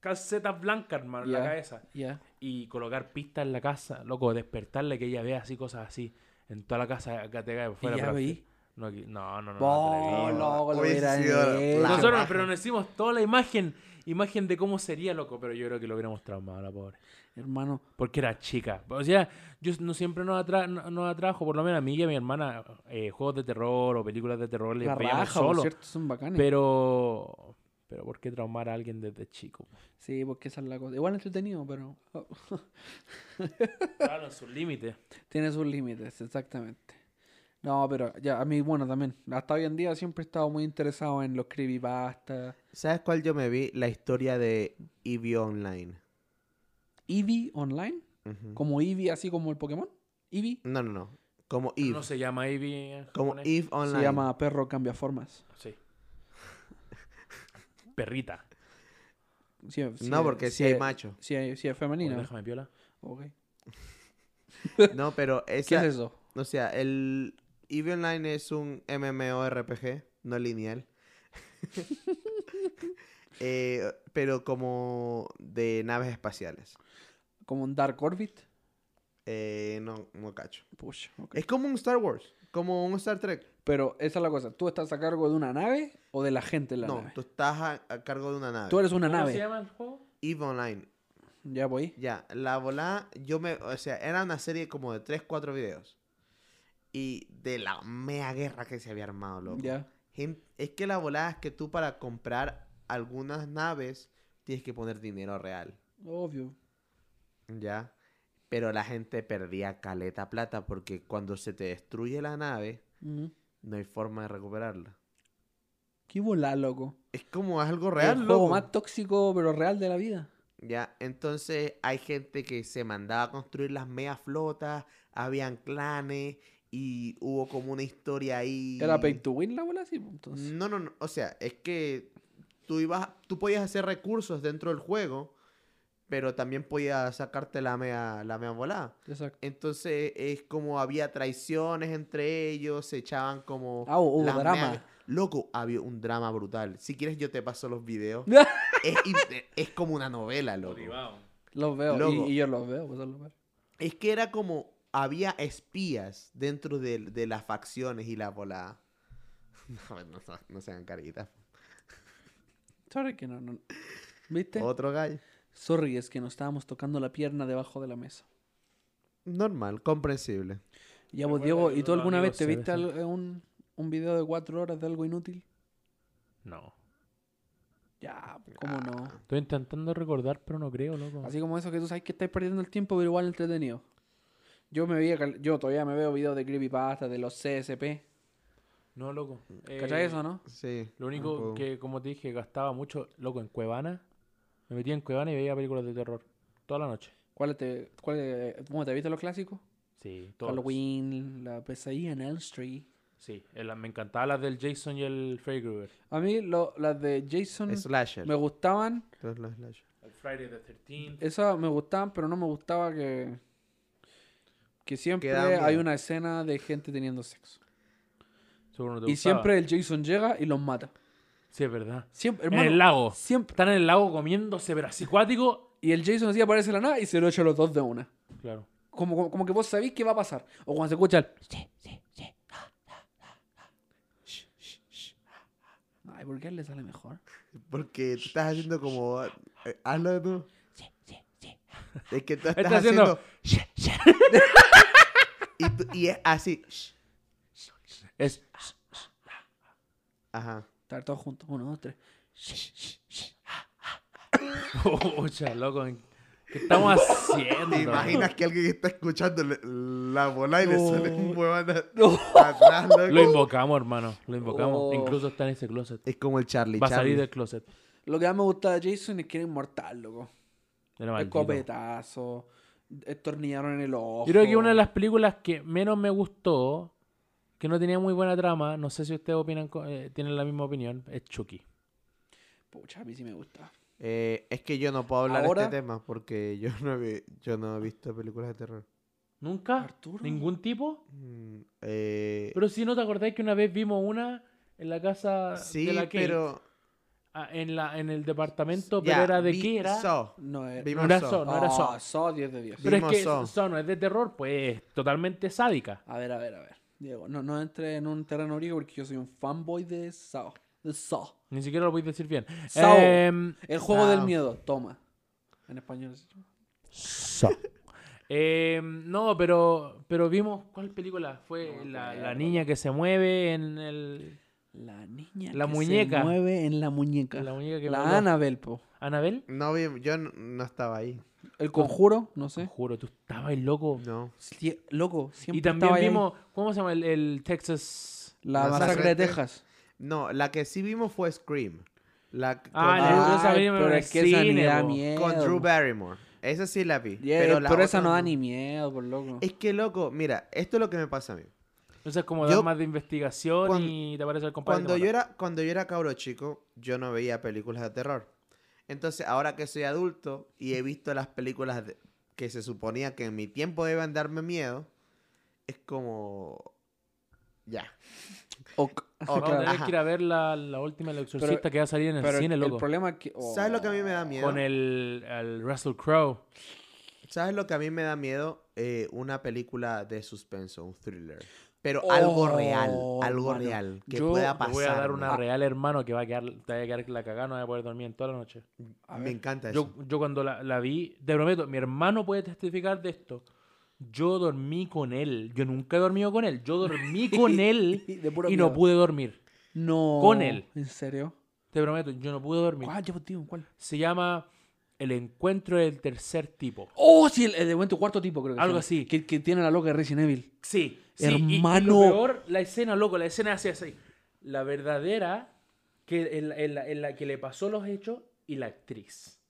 calcetas blancas, hermano, en
Ya.
la cabeza.
Ya.
Y colocar pistas en la casa, loco, despertarle que ella vea así cosas así. En toda la casa acá te cae por
Y
fuera.
ya
pero-
veí.
No, aquí- no, no, no. no, te la
Oh,
vi.
loco, lo
Hubiese
hubiera
sido la-
hecho.
la-
Nosotros,
imagen.
pero nos hicimos toda la imagen, imagen de cómo sería, loco, pero yo creo que lo hubiéramos traumado, la pobre.
Hermano,
Porque era chica. O sea, yo no siempre nos, atra no- nos atrajo, por lo menos a mí y a mi hermana, eh, juegos de terror o películas de terror les
la
veíamos
raja, por
solo.
cierto, son bacanes.
Pero, pero ¿por qué traumar a alguien desde chico?
Sí, porque esa es la cosa. Igual entretenido, pero oh,
Claro, en sus límites.
tiene sus límites, exactamente. No, pero ya, a mí, bueno, también. Hasta hoy en día siempre he estado muy interesado en los creepypasta.
¿Sabes cuál yo me vi? La historia de Eevee Online.
Eevee Online,
Ujú.
como Eevee, así como el Pokémon. Eevee
No, no, no. Como Eve.
No se llama Ivy. en
Como
japonés.
Eve Online.
se llama Perro Cambia Formas.
Sí. Perrita.
Sí, sí,
No, porque sí,
sí
hay
es-
macho.
Sí, hay- sí es
Bueno,
femenina.
déjame piola.
Ok.
No, pero
¿Qué
esa,
es eso?
O sea, el Eve Online es un MMORPG, no lineal. Eh, pero como de naves espaciales.
¿Como un Dark Orbit?
Eh, no, no cacho.
Push, ok.
Es como un Star Wars, como un Star Trek.
Pero esa es la cosa. ¿Tú estás a cargo de una nave o de la gente en la
no,
nave?
tú estás a, a cargo de una nave.
Tú eres una
¿Cómo se
nave.
llama el juego?
Eve Online.
Ya voy.
Ya, la volá, yo me, o sea, era una serie como de 3, 4 videos. Y de la mea guerra que se había armado, loco.
Ya.
Gen- Es que la volada es que tú para comprar algunas naves tienes que poner dinero real,
Obvio.
¿ya? Pero la gente perdía caleta plata porque cuando se te destruye la nave,
Ujú.
no hay forma de recuperarla.
Qué volá, loco.
Es como algo
el
real,
juego
loco.
más tóxico, pero real de la vida.
Ya, entonces hay gente que se mandaba a construir las mega flotas, habían clanes y hubo como una historia ahí.
Era pay to win la bola, sí. pues, Entonces.
No, no, no. O sea, es que tú ibas, tú podías hacer recursos dentro del juego pero también podía sacarte la mea, la mea volada.
Exacto.
Entonces es como había traiciones entre ellos, se echaban como...
Ah, hubo
las
drama.
meas- Loco, había un drama brutal. Si quieres yo te paso los videos. es, in- es como una novela, loco.
Los veo. y-
Loco.
Y, yo los veo. pues, los veo.
Es que era como... Había espías dentro de, de las facciones y la volada. No, no, no, no sean caritas.
Sorry que no, no- ¿Viste?
Otro gallo.
Sorry, es que nos estábamos tocando la pierna debajo de la mesa.
Normal, comprensible.
Ya vos,
Recuerda
Diego,
que
¿y tú
los
alguna vez
amigos
te
se
viste
besan.
al- eh, un, un video de cuatro horas de algo inútil?
No.
Ya, ¿cómo no?
Estoy intentando recordar, pero no creo, loco.
Así como eso que tú sabes que estáis perdiendo el tiempo, pero igual entretenido. Yo me veía, cal- yo todavía me veo videos de creepypasta, de los CSP.
No, loco. Eh,
¿Cachai eso, no?
Sí.
Lo
un poco.
único que, como te dije, gastaba mucho, loco, en Cuevana. Me metía en Cuevana y veía películas de terror. Toda la noche.
¿Cuál te, cuál, eh, ¿Cómo te viste los clásicos?
Sí, todas.
Halloween, la pesadilla en Elm Street.
Sí, eh, la- me encantaban las del Jason y el Freddy Krueger.
A mí lo- las de Jason
Slasher.
Mm. me gustaban.
Todos los slasher.
El Friday the 13th.
Esas me gustaban, pero no me gustaba que... Que siempre
dan miedo.
hay una escena de gente teniendo sexo.
Seguro no te
Y
gustaba.
siempre el Jason llega y los mata.
Sí, es verdad.
Siempre,
en
hermano.
el lago.
Siempre.
Están en el lago comiéndose, pero así cuático.
Y el Jason así aparece de la nada y se lo echa a los dos de una.
Claro.
Como, como, como que vos sabís qué va a pasar. O cuando se escucha el...
Sí, sí, sí.
Ay, ¿por qué a él le sale mejor?
Porque tú estás haciendo como. eh, Hazlo tú.
Sí, sí, sí.
Es que tú estás
Está
haciendo.
haciendo-
Y, tú- y es así.
Es.
Ajá.
Estar todos juntos. Uno, dos, tres.
Pucha, loco. ¿en- ¿Qué estamos haciendo?
¿Te imaginas que alguien que está escuchando le- la bola y le sale un huevón a- atrás,
Lo
loco?
invocamos, hermano. Lo invocamos.
Oh.
Incluso está en ese closet.
Es como el Charlie.
Va a salir
Charlie.
del closet.
Lo que más me gustaba de Jason es que era inmortal, loco.
Era maldito.
Escopetazo. Estornillaron en el ojo.
Yo creo que una de las películas que menos me gustó, que no tenía muy buena trama, no sé si ustedes opinan, co- eh, tienen la misma opinión, es Chucky.
Pucha, a mí sí me gusta.
Eh, es que yo no puedo hablar de
Ahora-
este tema porque yo no, he, vi- yo no he visto películas de terror.
¿Nunca?
Arturo.
¿Ningún tipo?
Mm, eh,
Pero si no te acordáis que una vez vimos una en la casa
sí,
de la Kate,
pero.
ah, en, la, en el departamento,
ya,
pero era de
vi
qué era.
Saw.
No era...
Vimos
No era
Saw.
Saw, no era
Oh,
Saw.
Saw, 10 de 10.
Pero es
Vimos
que
Saw.
Saw no es de terror, pues totalmente sádica.
A ver, a ver, a ver. Diego, no, no entre en un terreno griego porque yo soy un fanboy de Saw. De Saw.
Ni siquiera lo podéis decir bien.
Saw.
Em,
El juego del
Saw.
miedo. Toma. En español. se llama.
Em, no, pero, pero vimos cuál película
No
fue
me
la, la
acuerdo.
niña que se mueve en el
La niña
La
que
muñeca.
se mueve en la muñeca.
la
La,
muñeca que
Anabel,
voló.
po.
¿Anabel?
No, vi- yo no, no estaba ahí.
El conjuro, no sé.
Juro, tú estabas ahí loco.
No.
Sie- loco, siempre
y también
estaba ahí.
vimos, ¿cómo se llama? El, el Texas.
La,
La
masacre de
masacre de-
Texas.
No, la que sí vimos fue Scream. La c-
Ah,
con,
la-
Drew-
yo esa
Ay,
vimos en
pero
el
es que esa ni
cine,
da
po.
miedo.
con Drew Barrymore. Esa sí la vi.
Yeah,
pero
pero
la
esa
otra
no da ni miedo, por loco.
Es que, loco, mira, esto es lo que me pasa a mí.
Entonces, como
Yo-
dar más de investigación
cuan-
y te aparece el compadre. y te
Cuando yo,
mata.
era, cuando yo era cabro chico, yo no veía películas de terror. Entonces, ahora que soy adulto y he visto las películas de- que se suponía que en mi tiempo deben darme miedo, es como... Ya.
Ok.
Ok,
Vamos a tener
ajá.
que ir a ver la, la última del exorcista que va a salir en el
Pero
cine,
el
loco.
problema es que... oh,
¿Sabes lo que a mí me da miedo?
Con el, el Russell Crowe.
¿Sabes lo que a mí me da miedo? Eh, una película de suspenso, un thriller. Pero algo real,
Oh,
algo
hermano.
real, que
Yo
pueda
Te
pasar.
voy a dar una
¿no?
real, hermano, que va a quedar, te va a quedar la cagada, no voy a poder dormir en toda la noche.
A
Me
ver.
encanta eso.
Yo, yo cuando la, la vi, te prometo, mi hermano puede testificar de esto. Yo dormí con él. Yo nunca he dormido con él. Yo dormí con él
De puro
y no
miedo.
pude dormir.
No.
Con él.
¿En serio?
Te prometo, yo no pude dormir.
¿Cuál? Yo, tío, ¿cuál?
Se llama El Encuentro del Tercer Tipo.
Oh, sí, el, el de Cuento Cuarto Tipo, creo que se
Algo
llama.
así.
Que, que tiene la loca de Resident Evil.
Sí, sí, y- Y, lo
Hermano.
peor, la escena, loco, la escena así, así. La verdadera, que en la, en la- en la que le pasó los hechos y la actriz.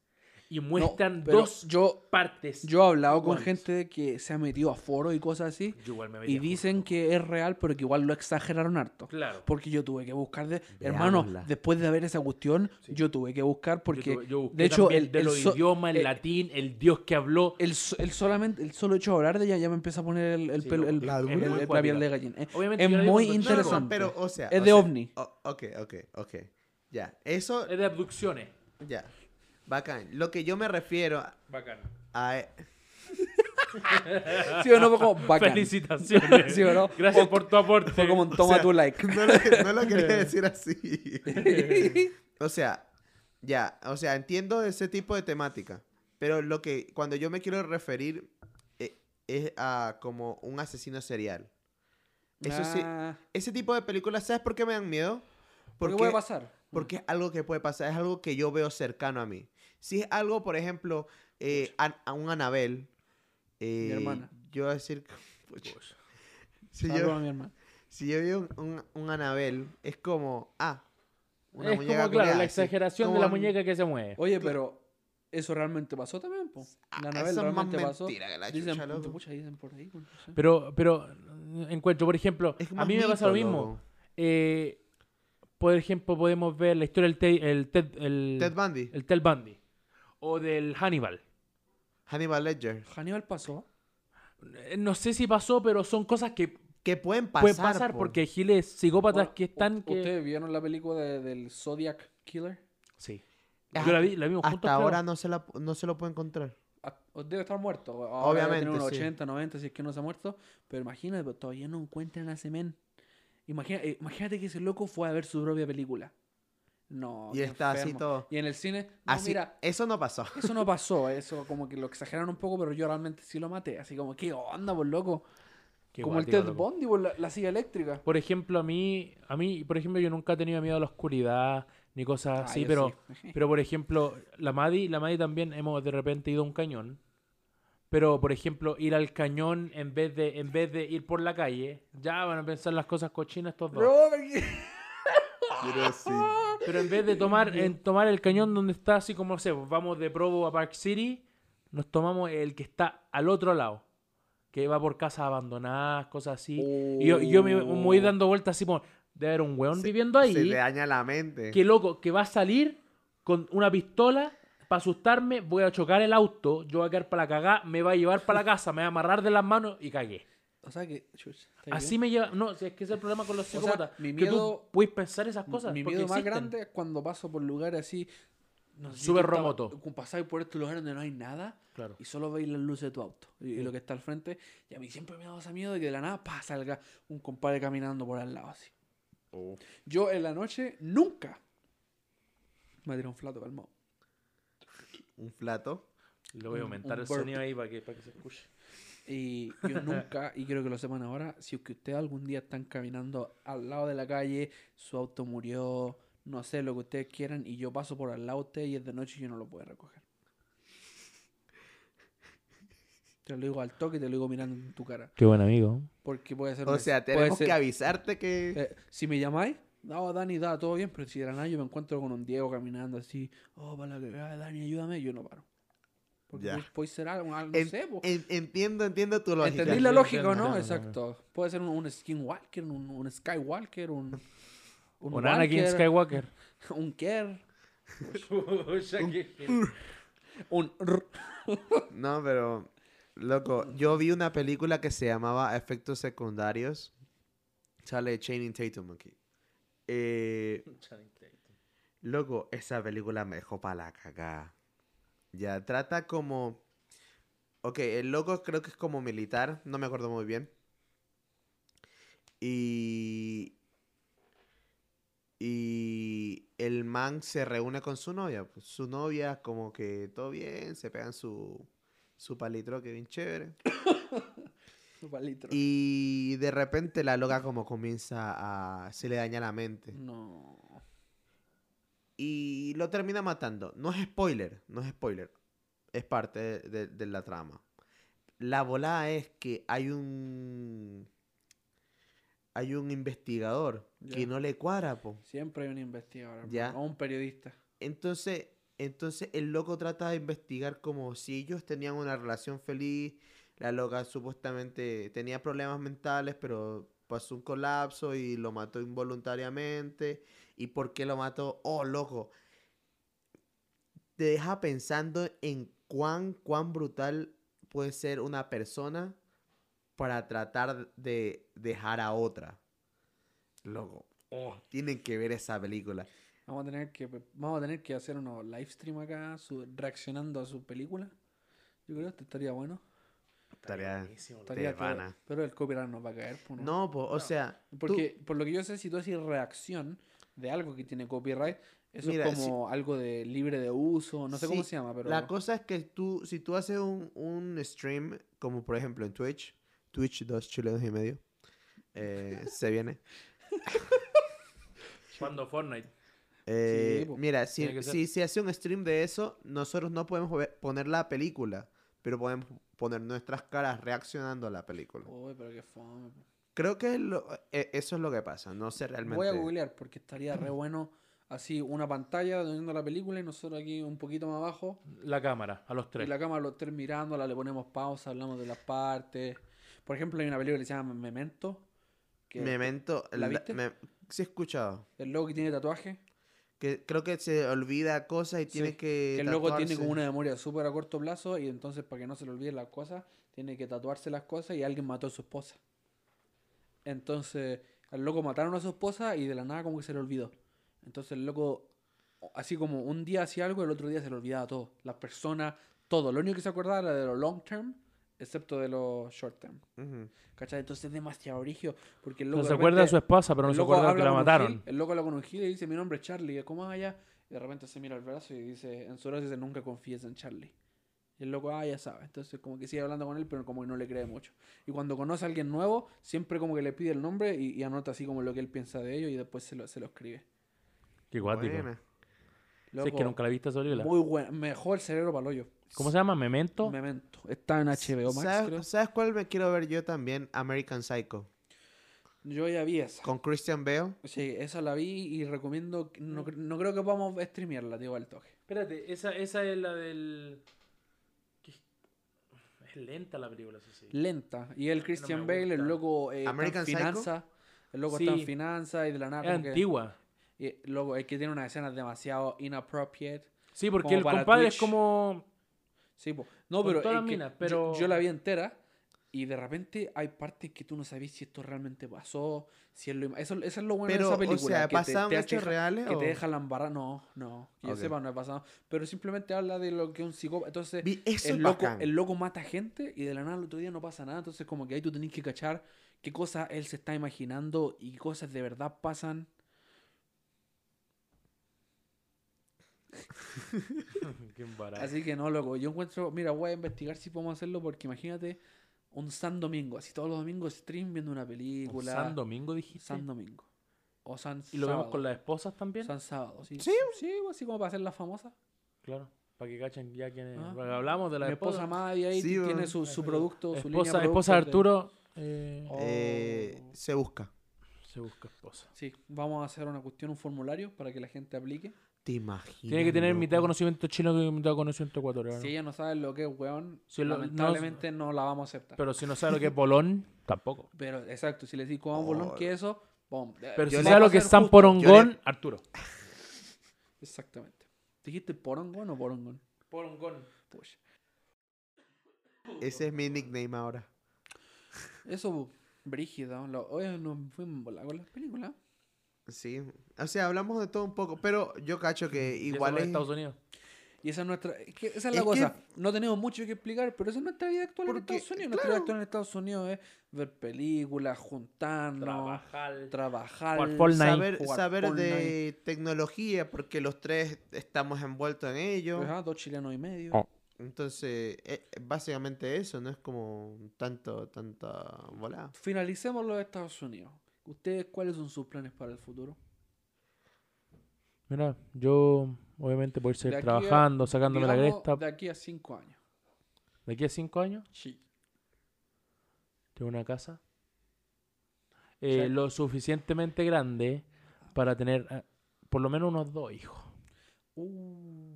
y
No,
muestran
pero
dos
Yo,
partes.
yo he hablado con
iguales.
gente que se ha metido a foros y cosas así.
Yo igual me metí
Y
a
dicen
foros.
que es real, pero que igual lo exageraron harto.
Claro.
Porque yo tuve que buscar de... Hermano,
Veámosla.
después de ver esa cuestión, yo tuve que buscar
Yo
porque...
tuve- yo busqué
de hecho,
también
el,
de
el
los
so-
idiomas, el
eh,
latín, el dios que habló.
el so- el solamente, el solo hecho de hablar de ella ya me empieza a poner el, el
Sí,
pelo-
no,
el-
la
el-
dura.
el-
Es muy
la
cuática.
piel de gallina. Eh,
Obviamente
es
yo la vi
muy
cuando
No, no,
chico.
no,
interesante.
pero, o sea.
Es
o
de
sea,
ovni.
o- ok, ok, ok. Ya. Eso,
Es de abducciones.
ya. Bacán. Lo que yo me refiero a.
Bacán.
a- e-,
¿Sí o no? Fue como bacán.
Felicitaciones.
¿Sí o no?
Gracias
O-
por tu aporte.
Fue como un toma
sea,
tu like.
no, lo, no lo quería decir así. O sea, ya, o sea, entiendo ese tipo de temática, pero lo que cuando yo me quiero referir eh, es a como un asesino serial. Eso sí,
Ah,
ese tipo de películas, ¿sabes por qué me dan miedo?
¿Por qué
Porque,
puede pasar?
porque es algo que puede pasar, es algo que yo veo cercano a mí. Si es algo, por ejemplo, eh, a, a un Anabel, eh,
hermana.
yo voy a decir, pucha, si
Saludos
yo,
a mi hermano.
si yo veo un, un, un Anabel, es como, ah, una
es
muñeca
como, claro,
culiada,
la
sí.
exageración de
Como
la
un-
muñeca que se mueve.
Oye, pero eso realmente pasó también, po.
Ah,
La
eso
novela
es más
realmente pasó.
mentira que la
Dicen,
chucha, loco.
pucha, dicen por ahí. bueno, no sé.
Pero, pero eh, encuentro, por ejemplo,
Es
a
más
mí me pasa lo
mito,
mismo.
loco.
Eh, por ejemplo, podemos ver la historia del Ted, el Ted, el,
Ted Bundy,
el Ted Bundy o del Hannibal.
Hannibal Ledger.
Hannibal pasó.
Eh, No sé si pasó, pero son cosas que
Que pueden pasar.
pueden pasar
po.
porque hay giles psicópatas
Bueno,
que están
¿ust-
que...
¿Ustedes vieron la película de- del Zodiac Killer?
Sí.
Ah,
Yo la vi, la vimos juntos.
Hasta
claro.
ahora no se, la, no se lo puedo encontrar.
Ah, Debe estar muerto. Ahora debe tener
Obviamente,
unos
sí.
80, 90, si es que no se ha muerto. Pero imagínate, pues, todavía no encuentran a Semen. Imagina, eh, imagínate que ese loco fue a ver su propia película. No.
Oh,
Y
qué
está así
enfermo.
todo.
Y en el cine, no,
Así,
mira,
eso no pasó.
eso no pasó. Eso como que lo exageraron un poco, pero yo realmente sí lo maté. Así como, ¿qué onda, por loco?
Qué
como el
guático,
Ted
loco. Ah,
Bundy, por la, la silla eléctrica.
Por ejemplo, a mí, a mí, por ejemplo, yo nunca he tenido miedo a la oscuridad ni cosas
Ah,
así,
yo
pero,
sí.
pero por ejemplo, la Madi, la Madi también hemos de repente ido a un cañón. Pero, por ejemplo, ir al cañón en vez de, en vez de ir por la calle, ya van a pensar las cosas cochinas estos dos.
Bro, porque-
Pero en vez de tomar, en tomar el cañón donde está, así como no sé, pues, vamos de Provo a Park City, nos tomamos el que está al otro lado, que va por casas abandonadas, cosas así. Y yo, y yo me, me
Oh.
voy dando vueltas así como, debe haber un weón
Se-
viviendo
Se
ahí,
le daña la mente.
que loco, que va a salir con una pistola para asustarme, voy a chocar el auto, yo voy a quedar para la cagá, me va a llevar para la casa, me va a amarrar de las manos y cagué.
O sea que. chuch, está bien.
Así me lleva, no, si es que ese es el problema con los
sea,
psicópatas,
mi
que tú
miedo-
puedes pensar esas cosas.
Mi
porque
miedo más
existen.
grande es cuando paso por lugares así. No sé si
Súper
tú estabas-
remoto.
cu- Pasáis por estos lugares donde no hay nada
Claro.
y solo veis las luces de tu auto y, y lo que está al frente. Y a mí siempre me ha dado ese miedo de que de la nada pa, salga un compadre caminando por al lado así.
Oh.
Yo en la noche nunca me tiré un flato calmado.
Un plato.
Le voy a
Un-
aumentar
un
el
burp.
sonido ahí para que, para que se escuche.
Y yo nunca, y quiero que lo sepan ahora, si es que ustedes algún día están caminando al lado de la calle, su auto murió, no sé, lo que ustedes quieran, y yo paso por al lado de ustedes y es de noche y yo no lo puedo recoger. Te lo digo al toque y te lo digo mirando en tu cara.
Qué buen amigo.
Porque puede ser...
O
una-
sea,
puede
tenemos
ser-
que avisarte que.
eh, si me llamáis, no, Dani, da, todo bien, pero si de la nada yo me encuentro con un Diego caminando así, oh, para la que, Dani, ayúdame, yo no paro. Porque
Ya.
puede- puede ser algo, algo, no
en-
sé, po.
en- entiendo, entiendo tu lógica.
¿Entendí
Entiendo,
la lógica o
entiendo,
no?
entiendo,
Exacto. Puede ser un, un skinwalker, un, un skywalker, un... Un,
Un Anakin
walker,
Skywalker.
Un care,
Un-
un... r-
No, pero. Loco, yo vi una película que se llamaba Efectos Secundarios. Sale Channing Tatum aquí. Eh, Loco, esa película me dejó para la cagada. Ya, trata como... Ok, el loco creo que es como militar, no me acuerdo muy bien. Y... Y el man se reúne con su novia. pues, Su novia como que todo bien, se pegan su, su palitro que bien chévere.
un palitro.
Y de repente la loca como comienza a... se le daña la mente.
Mm. No.
y lo termina matando. No es spoiler, no es spoiler. Es parte de, de- de la trama. La volada es que hay un. Hay un investigador
Ya.
que no le cuadra, po.
Siempre hay un investigador.
Ya.
hermano, O un periodista.
Entonces, Entonces el loco trata de investigar como si ellos tenían una relación feliz, la loca supuestamente tenía problemas mentales, pero pasó un colapso y lo mató involuntariamente. ¿Y por qué lo mató? Oh, loco. Te deja pensando en cuán, cuán brutal puede ser una persona para tratar de dejar a otra. Loco. Oh, tienen que ver esa película.
Vamos a tener que, vamos a tener que hacer unos live stream acá su- reaccionando a su película. Yo creo que estaría bueno.
Estaría-
buenísimo, loco.
Estaría
van
pero,
a-
pero el copyright nos va a caer. po,
No, pues, o sea. tú-
Porque por lo que yo sé, si tú haces reacción de algo que tiene copyright, eso
Mira,
es como algo de libre de uso, no sé cómo
Sí,
se llama, pero
La cosa es que tú, si tú haces un, un stream, como por ejemplo en Twitch, Twitch dos chilenos y medio, eh, se viene.
Cuando Fortnite.
Eh,
po.
mira, si,
Tiene que ser.
si se hace un stream de eso, nosotros no podemos ver- poner la película, pero podemos poner nuestras caras reaccionando a la película.
Uy, pero qué fome. po.
Creo que es lo- e- eso es lo que pasa, no sé realmente.
Voy a googlear porque estaría re bueno así una pantalla viendo la película y nosotros aquí un poquito más abajo
La cámara, a los
y
tres.
la cámara los tres mirándola, le ponemos pausa, hablamos de las partes. Por ejemplo, hay una película que se llama Memento, que
Memento,
¿La viste?
me- sí he escuchado.
el loco que tiene tatuaje,
Que creo que se olvida cosas y tiene
Sí,
que.
que el loco tiene
tatuarse.
como una memoria súper a corto plazo y entonces para que no se le olviden las cosas, tiene que tatuarse las cosas y alguien mató a su esposa. Entonces, al loco mataron a su esposa y de la nada como que se le olvidó. Entonces el loco, así como un día hacía algo, el otro día se le olvidaba todo. Las personas, todo. Lo único que se acordaba era de lo long term, excepto de lo short term.
Ujú.
¿Cachai? Entonces es demasiado origio porque el loco...
No
de
se acuerda de
repente-
su esposa, pero no
el
se
loco
acuerda que
habla
la
con un
mataron.
gil, el loco habla con un gil y dice, mi nombre es Charlie, ¿cómo allá? Y de repente se mira el brazo y dice, en su brazo dice, nunca confíes en Charlie. Y el loco, ah, ya sabe. Entonces como que sigue hablando con él, pero como que no le cree mucho. Y cuando conoce a alguien nuevo, siempre como que le pide el nombre y, y anota así como lo que él piensa de ellos y después se lo, se lo escribe.
Qué guático.
Buena.
Si es que
Loco,
nunca la viste esa película.
Muy bueno, mejor cerebro para el hoyo.
¿Cómo se llama? ¿Memento?
Memento. Está en HBO Max,
¿Sabes,
creo.
sabes cuál me quiero ver yo también? American Psycho.
Yo ya vi esa.
Con Christian Bale.
Sí, esa la vi y recomiendo. que- No, cre- no creo que podamos streamearla, digo, al toque.
Espérate, esa, esa es la del... que Es es lenta la película, eso sí.
lenta. Y el Christian
me
Bale, el
gusta.
loco eh, está
American
en
Psycho?
finanzas. El loco está en
Sí.
finanzas y de la nada.
Es
como que-
antigua.
y el loco, es que tiene unas escenas demasiado inappropriate.
Sí, porque
como
el
para
compadre es
Twitch.
como...
Sí, po. No,
Con
pero,
todas
es
las
que
minas,
yo-
pero-
yo, la vi entera y de repente hay partes que tú no sabes si esto realmente pasó. Si es lo im- eso, eso es lo bueno de
Pero,
esa
o
película.
sea,
que te-
¿pasaban
te- te
hechos
deja-
reales?
Que
o-
te deja la embarra. No, no. Que yo
Ok.
sepa, no he pasado. Pero simplemente habla de lo que un psicópata. Entonces,
Vi- Eso
el
es
loco,
bacán.
el loco mata gente y de la nada el otro día no pasa nada. Entonces, como que ahí tú tenés que cachar qué cosas él se está imaginando y qué cosas de verdad pasan.
Qué embarazo.
Así que no, loco. Yo encuentro, mira, voy a investigar si podemos hacerlo porque imagínate un San Domingo, así todos los domingos stream viendo una
¿Un
película.
San Domingo dijiste.
San Domingo. O San
y lo vemos con
Sábado.
las esposas también.
San Sábado, sí.
Sí.
Sí, pues, así como para hacer la famosa.
Claro. Para que cachen ya quién es.
Ah.
Porque Hablamos de la
Mi esposa
esposa.
Maddie ahí
Sí,
tiene
weón.
su, su producto, su línea
esposa,
de
esposa de
productos de-
Arturo. eh,
Oh.
Eh, se busca.
Se busca esposa.
Sí, vamos a hacer una cuestión, un formulario para que la gente aplique.
Te imaginas.
Tiene que tener
loco?
mitad conocimiento chino y mitad conocimiento ecuatoriano.
Si ella no sabe lo que es weón,
Si lo- no-
lamentablemente no, la vamos a aceptar. Pero,
Pero si no sabe lo que es bolón, tampoco.
exacto, si le decís como bolón
Oh.
que eso, bom. eh,
Pero
Yo
si
le-
sabe lo que es
vamos a ser
San
justos.
Porongón,
Yo le-
Arturo.
Exactamente. ¿Dijiste porongón o porongón?
Porongón.
Pucha.
Ese es mi nickname ahora.
Eso, brígido. Lo, oye, nos fuimos en bola con las películas.
Sí. O sea, hablamos de todo un poco, pero yo cacho que
Y eso
igual
va a
es...
Estados Unidos.
Y esa es nuestra. es que esa es
Es
la
que-
cosa. No tenemos mucho que explicar, pero esa es nuestra vida actual en
Porque,
Estados Unidos. Nuestra vida actual en Estados Unidos es ver películas, juntarnos,
Trabajar.
trabajar.
Jugar Fortnite.
Saber,
jugar
saber
Fortnite.
de tecnología, porque los tres estamos envueltos en ello.
Ajá, dos chilenos y medio.
Oh.
Entonces, eh, básicamente eso, no es como tanto, tanta volada.
Finalicemos los Estados Unidos. ¿Ustedes cuáles son sus planes para el futuro?
Mira, yo obviamente voy a seguir
De aquí a-
trabajando, sacándome la
Digamos,
cresta.
De aquí a cinco años.
De aquí a cinco años,
Sí.
tengo una casa. eh,
Exacto.
lo suficientemente grande para tener eh, por lo menos unos dos hijos.
Uh,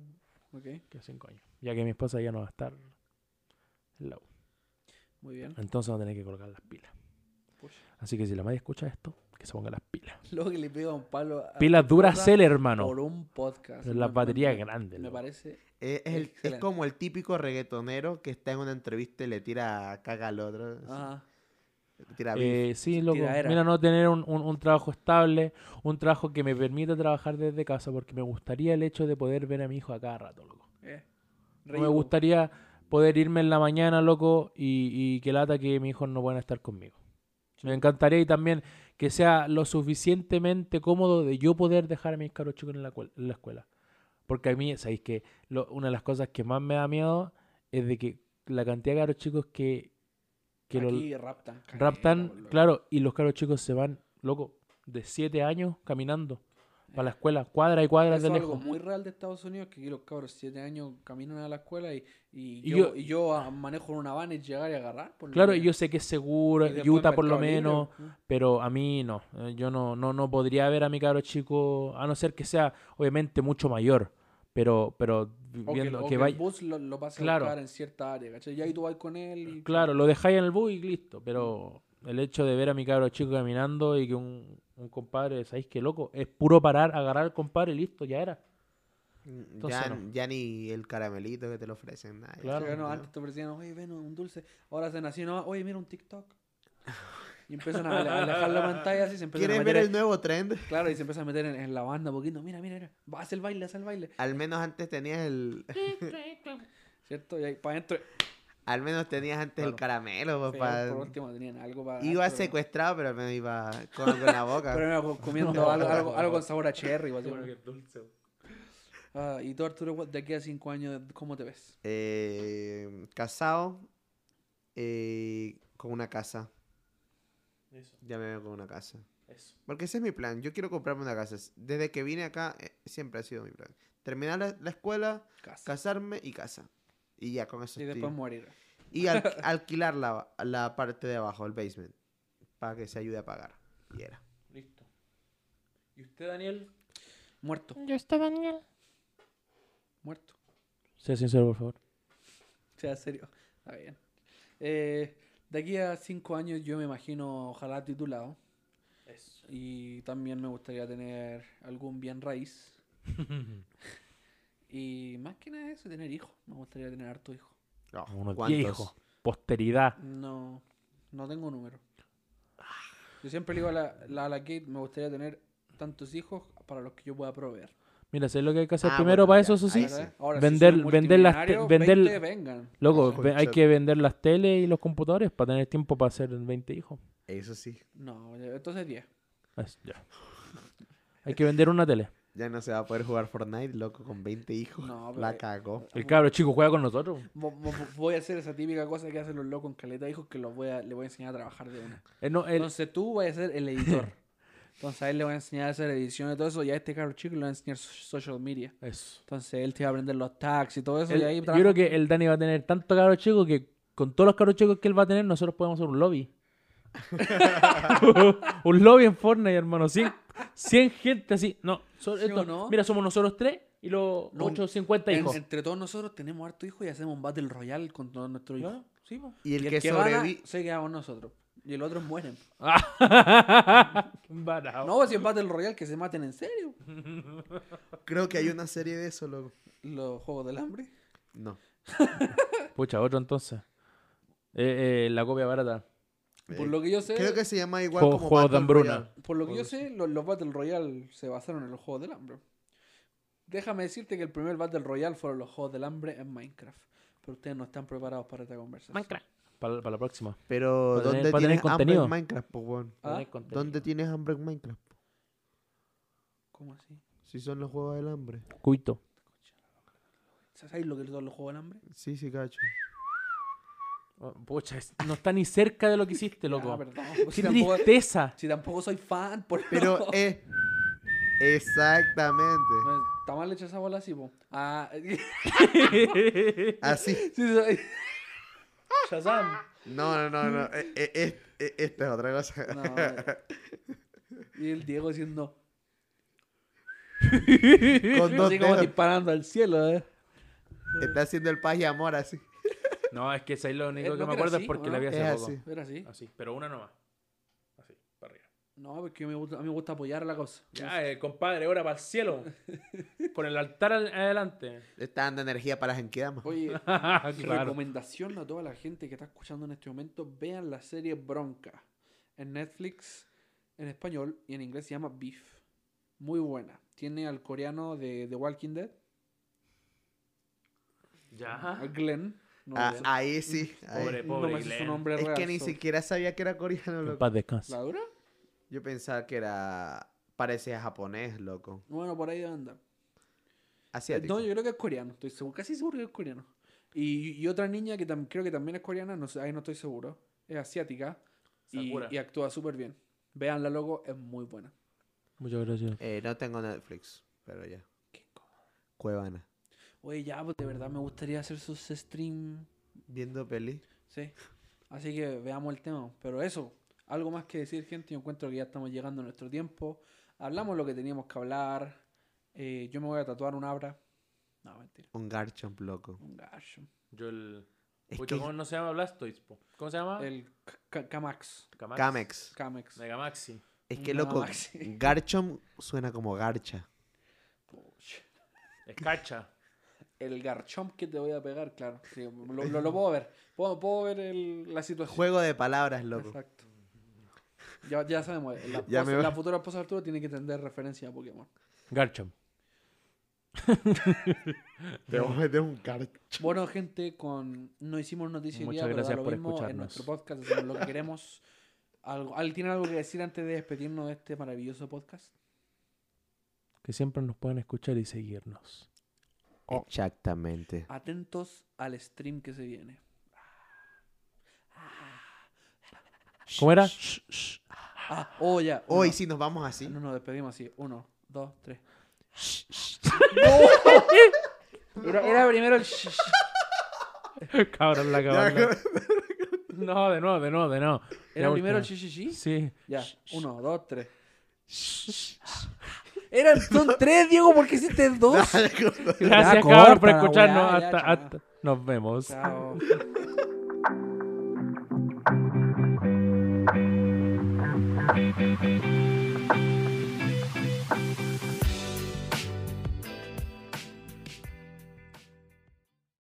Ok,
que cinco años. Ya que mi esposa ya no va a estar en la U.
muy bien.
Entonces va a tener que colgar las pilas.
Push.
Así que si la madre escucha esto, que se ponga las pilas.
Lo que le pido a un palo. a
Pilas
mi
duras
esposa
cel, hermano.
Por un podcast.
Pero Las
Me-
baterías
me-
grandes.
Me
loco.
parece.
Es, es el- es
Excelente.
como el típico reggaetonero que está en una entrevista y le tira caga al otro. así,
Ajá.
le tira beef.
Eh, sí, loco.
tiradera.
Mira, no tener un, un- un trabajo estable, un trabajo que me permita trabajar desde casa, porque me gustaría el hecho de poder ver a mi hijo a cada rato, loco.
Eh,
No me
rico.
gustaría poder irme en la mañana, loco, y, y que lata que mis hijos no puedan estar conmigo. Me encantaría y también que sea lo suficientemente cómodo de yo poder dejar a mis caros chicos en la, cuel- en la escuela. Porque a mí, sabéis que lo- una de las cosas que más me da miedo es de que la cantidad de caros chicos que, que los
Aquí raptan. caleta,
raptan,
boludo.
claro, y los caros chicos se van, loco, de 7 años caminando para la escuela, cuadra y cuadras
Eh, Eso
de
es algo
lejos.
muy real de Estados Unidos, que aquí los cabros siete años caminan a la escuela y, y
Y
yo,
yo-
y yo ah, manejo una van y llegar y agarrar. por lo
Claro, y
menos.
yo sé que es seguro,
Y después
Utah por lo
Mercado Libre,
menos,
¿no?
Pero a mí no. eh, Yo no, no, no podría ver a mi cabro chico, a no ser que sea, obviamente, mucho mayor. Pero, pero
O que,
viendo
o
que,
que el
vaya.
bus lo, lo pase
Claro.
a buscar en cierta área, ¿cachai? Y ahí tú vas con él y...
Claro, lo dejáis en el bus y listo. Pero el hecho de ver a mi cabro chico caminando y que un, un compadre, ¿sabéis qué loco? Es puro parar, agarrar al compadre y listo, ya era. entonces
ya,
no.
ya ni el caramelito que te lo ofrecen. nada, ya
Claro.
se
Sí, no,
olvidó.
antes te ofrecían, oye, ven un dulce. Ahora hacen así, no, oye, mira un TikTok. Y empiezan a, ale- a alejar la pantalla así, se empiezan a
¿Quieres
meter...
ver
en-
el nuevo trend?
Claro, y se empiezan a meter en, en la banda poquito. Mira, mira, mira. Va, haz el baile, haz el baile.
Al menos antes tenías el,
¿Cierto? Y ahí para adentro...
al menos tenías antes el
Claro.
caramelo,
Pues
Pero
papá.
Por último tenían algo para...
Iba
adentro, ¿no?
secuestrado, pero al menos iba con algo en la boca.
Pero era co- comiendo algo, algo, algo con sabor a cherry. o así. Ah, y tú, Arturo, what- de aquí a cinco años, ¿cómo te ves?
Eh, casado eh, con una casa. Ya me veo con una casa. Porque ese es mi plan. Yo quiero comprarme una casa. Desde que vine acá, eh, siempre ha sido mi plan. Terminar la, la escuela,
Casa.
casarme y casa. Y ya con eso.
Y
estoy.
después morir.
Y al- alquilar la, la parte de abajo, el basement. Para que se ayude a pagar. Y era.
Listo. ¿Y usted, Daniel?
Muerto,
Yo estoy Daniel.
muerto.
Sea sincero, por favor.
O sea, serio. Está bien. Eh, de aquí a cinco años yo me imagino ojalá titulado. Y también me gustaría tener algún bien raíz. Y más que nada eso, tener hijos. Me gustaría tener harto hijo.
Oh,
Unos
¿cuántos?
10 hijos. Posteridad.
No, no tengo número. Yo siempre le digo a la, la- a la Kate, me gustaría tener tantos hijos para los que yo pueda proveer.
Mira, sé lo que hay que hacer
Ah,
primero
bueno,
para eso,
ya,
eso
ahí
sí.
sí.
Ahora,
Vender-
soy un
vender las te-
multimillonario,
vender-
20 vengan.
Loco,
Ojo,
ve- hay
chat.
que vender las teles y los computadores para tener tiempo para hacer 20 hijos.
Eso sí.
No, entonces 10.
Es- ya. hay que vender una tele.
Ya no se va a poder jugar Fortnite, loco, con 20 hijos.
No,
La
pero-
cagó.
El cabro chico juega con nosotros.
Vo- vo- vo- Voy a hacer esa típica cosa que hacen los locos en caleta de hijos que los voy a, le voy a enseñar a trabajar de una.
Eh, no, el-
Entonces tú vas a ser el editor. Entonces a él le voy a enseñar a hacer edición y todo eso. Y a este caro chico le voy a enseñar so- social media.
eso.
Entonces él te va a aprender los tags y todo eso.
El-
y ahí
yo
trabaja.
creo que el Dani va a tener tanto cabro chico que con todos los cabros chicos que él va a tener, nosotros podemos hacer un lobby. un lobby en Fortnite, hermano. 100, 100 gente así. No, so-
¿Sí o
esto-
no?
mira, somos nosotros tres y los
No,
850
En-
hijos.
entre todos nosotros tenemos harto hijo y hacemos un battle royal con todos nuestros hijos.
Claro, sí, po.
Y el,
Y
que,
gana
sobrevive.
se queda con nosotros. Y el otro mueren.
Qué embarao.
No, si es battle royal que se maten en serio.
Creo que hay una serie de eso, loco.
Los juegos del hambre.
No.
Pucha, otro entonces. Eh, eh, la copia barata.
Por lo que yo sé,
Eh, Creo que se llama igual
Juego-
como
juego de
Battle
hambruna.
Royale.
Por lo que yo
Por
sé, los, los Battle Royale se basaron en los Juegos del Hambre. Déjame decirte que el primer Battle Royale fueron los Juegos del Hambre en Minecraft. Pero ustedes no están preparados para esta conversación.
Minecraft.
Para, para la próxima.
Pero
Para tener-
¿dónde
para tener
tienes hambre
contenido.
en Minecraft, po, weón?
Ah,
Tener contenido.
¿Dónde tienes hambre en Minecraft? po?
¿Cómo así?
Si son los juegos del hambre.
Cuito.
¿Sabéis lo que son los Juegos del Hambre?
Sí, sí, cacho.
Oh, Pucha, es- no está ni cerca de lo que hiciste,
Ah,
loco.
perdón.
¡Qué
Si tampoco,
tristeza!
si tampoco soy fan, por
Pero
favor.
eh, exactamente.
Está mal hecha esa bola así, po. Ah,
Así.
sí, soy-
Shazam.
No, no, no, no. eh, eh, eh, eh, esta es otra cosa.
No, eh. y el Diego diciendo.
Con dos
Así como
dedos.
disparando al cielo, eh.
Está haciendo el paz y amor así.
No, es que eso es lo único
¿no
que
que
me
era
acuerdo es
así,
porque
o
la
no?
vi hace
Es
poco.
así.
Era así.
Así, pero una nomás. Así, para arriba.
No, porque me gusta- a mí me gusta apoyar la cosa.
Ya, eh, compadre, ahora para el cielo. Con el altar al- adelante.
Está dando energía para Genkidama.
Oye,
claro.
recomendación a toda la gente que está escuchando en este momento, vean la serie Bronca en Netflix en español y en inglés se llama Beef. Muy buena. Tiene al coreano de The Walking Dead, a
Ya.
Glenn. No,
Ah,
sé-
ahí sí. ahí.
Pobre,
no
pobre
me sé su
Glenn.
nombre
Es
real.
que ni
so-
siquiera sabía que era coreano,
En
loco.
paz descanse.
¿La dura?
Yo pensaba que era. Parecía japonés, loco.
Bueno, por ahí debe andar.
Asiático.
Eh, No, yo creo que es coreano. Estoy seguro, casi seguro que es coreano. Y, y otra niña que tam- creo que también es coreana, no sé, ahí no estoy seguro. Es asiática y,
Sakura.
y actúa súper bien. Vean la logo, es muy buena.
Muchas gracias.
Eh, no tengo Netflix, pero ya.
Qué incómodo.
Cuevana.
Oye, ya, pues de verdad me gustaría hacer sus stream.
Viendo peli.
Sí. Así que veamos el tema. Pero eso, algo más que decir, gente. Yo encuentro que ya estamos llegando a nuestro tiempo. Hablamos lo que teníamos que hablar. Eh, yo me voy a tatuar un abra. No, mentira.
Un Garchomp, loco.
Un gacho.
Yo el.
Es
Pucha,
que
¿Cómo no se llama Blastoise? po? ¿Cómo se llama?
El K- K- Kamax.
Kamax.
Kamex.
Kamex.
Megamaxi.
Es que,
No,
loco,
Maxi.
Garchomp suena como garcha.
Puch.
Escarcha.
El garchón que te voy a pegar, claro. Sí, lo, lo- lo puedo ver. Puedo, puedo ver el- la situación.
Juego de palabras, loco.
Exacto. Ya, ya sabemos. La,
Ya
esposa-
me va.
la futura esposa de Arturo tiene que tener referencia a Pokémon.
Garchomp.
De un garcha.
Bueno, gente, con no hicimos noticias
Muchas
día, pero da
gracias
lo
por
mismo en
escucharnos.
nuestro podcast. Hacemos lo que queremos. Algo, ¿al- ¿Tienen algo que decir antes de despedirnos de este maravilloso podcast?
Que siempre nos pueden escuchar y seguirnos.
Oh.
Exactamente.
Atentos al stream que se viene.
¿Cómo era?
Ah, oh, ya. uno.
Hoy sí nos vamos así.
No nos despedimos así. Uno, dos, tres. Era, era primero el shh, shh.
Cabrón, la cabrón. No, de nuevo, de nuevo, de nuevo.
Era
Ya,
primero el
última.
shh, shh, shh.
Sí.
Ya, uno, dos, tres. Eran, son tres, Diego, porque hiciste dos.
Gracias,
corta
cabrón, por
la
escucharnos.
weá, ya,
Hasta,
chao.
hasta. Nos vemos.
Chao.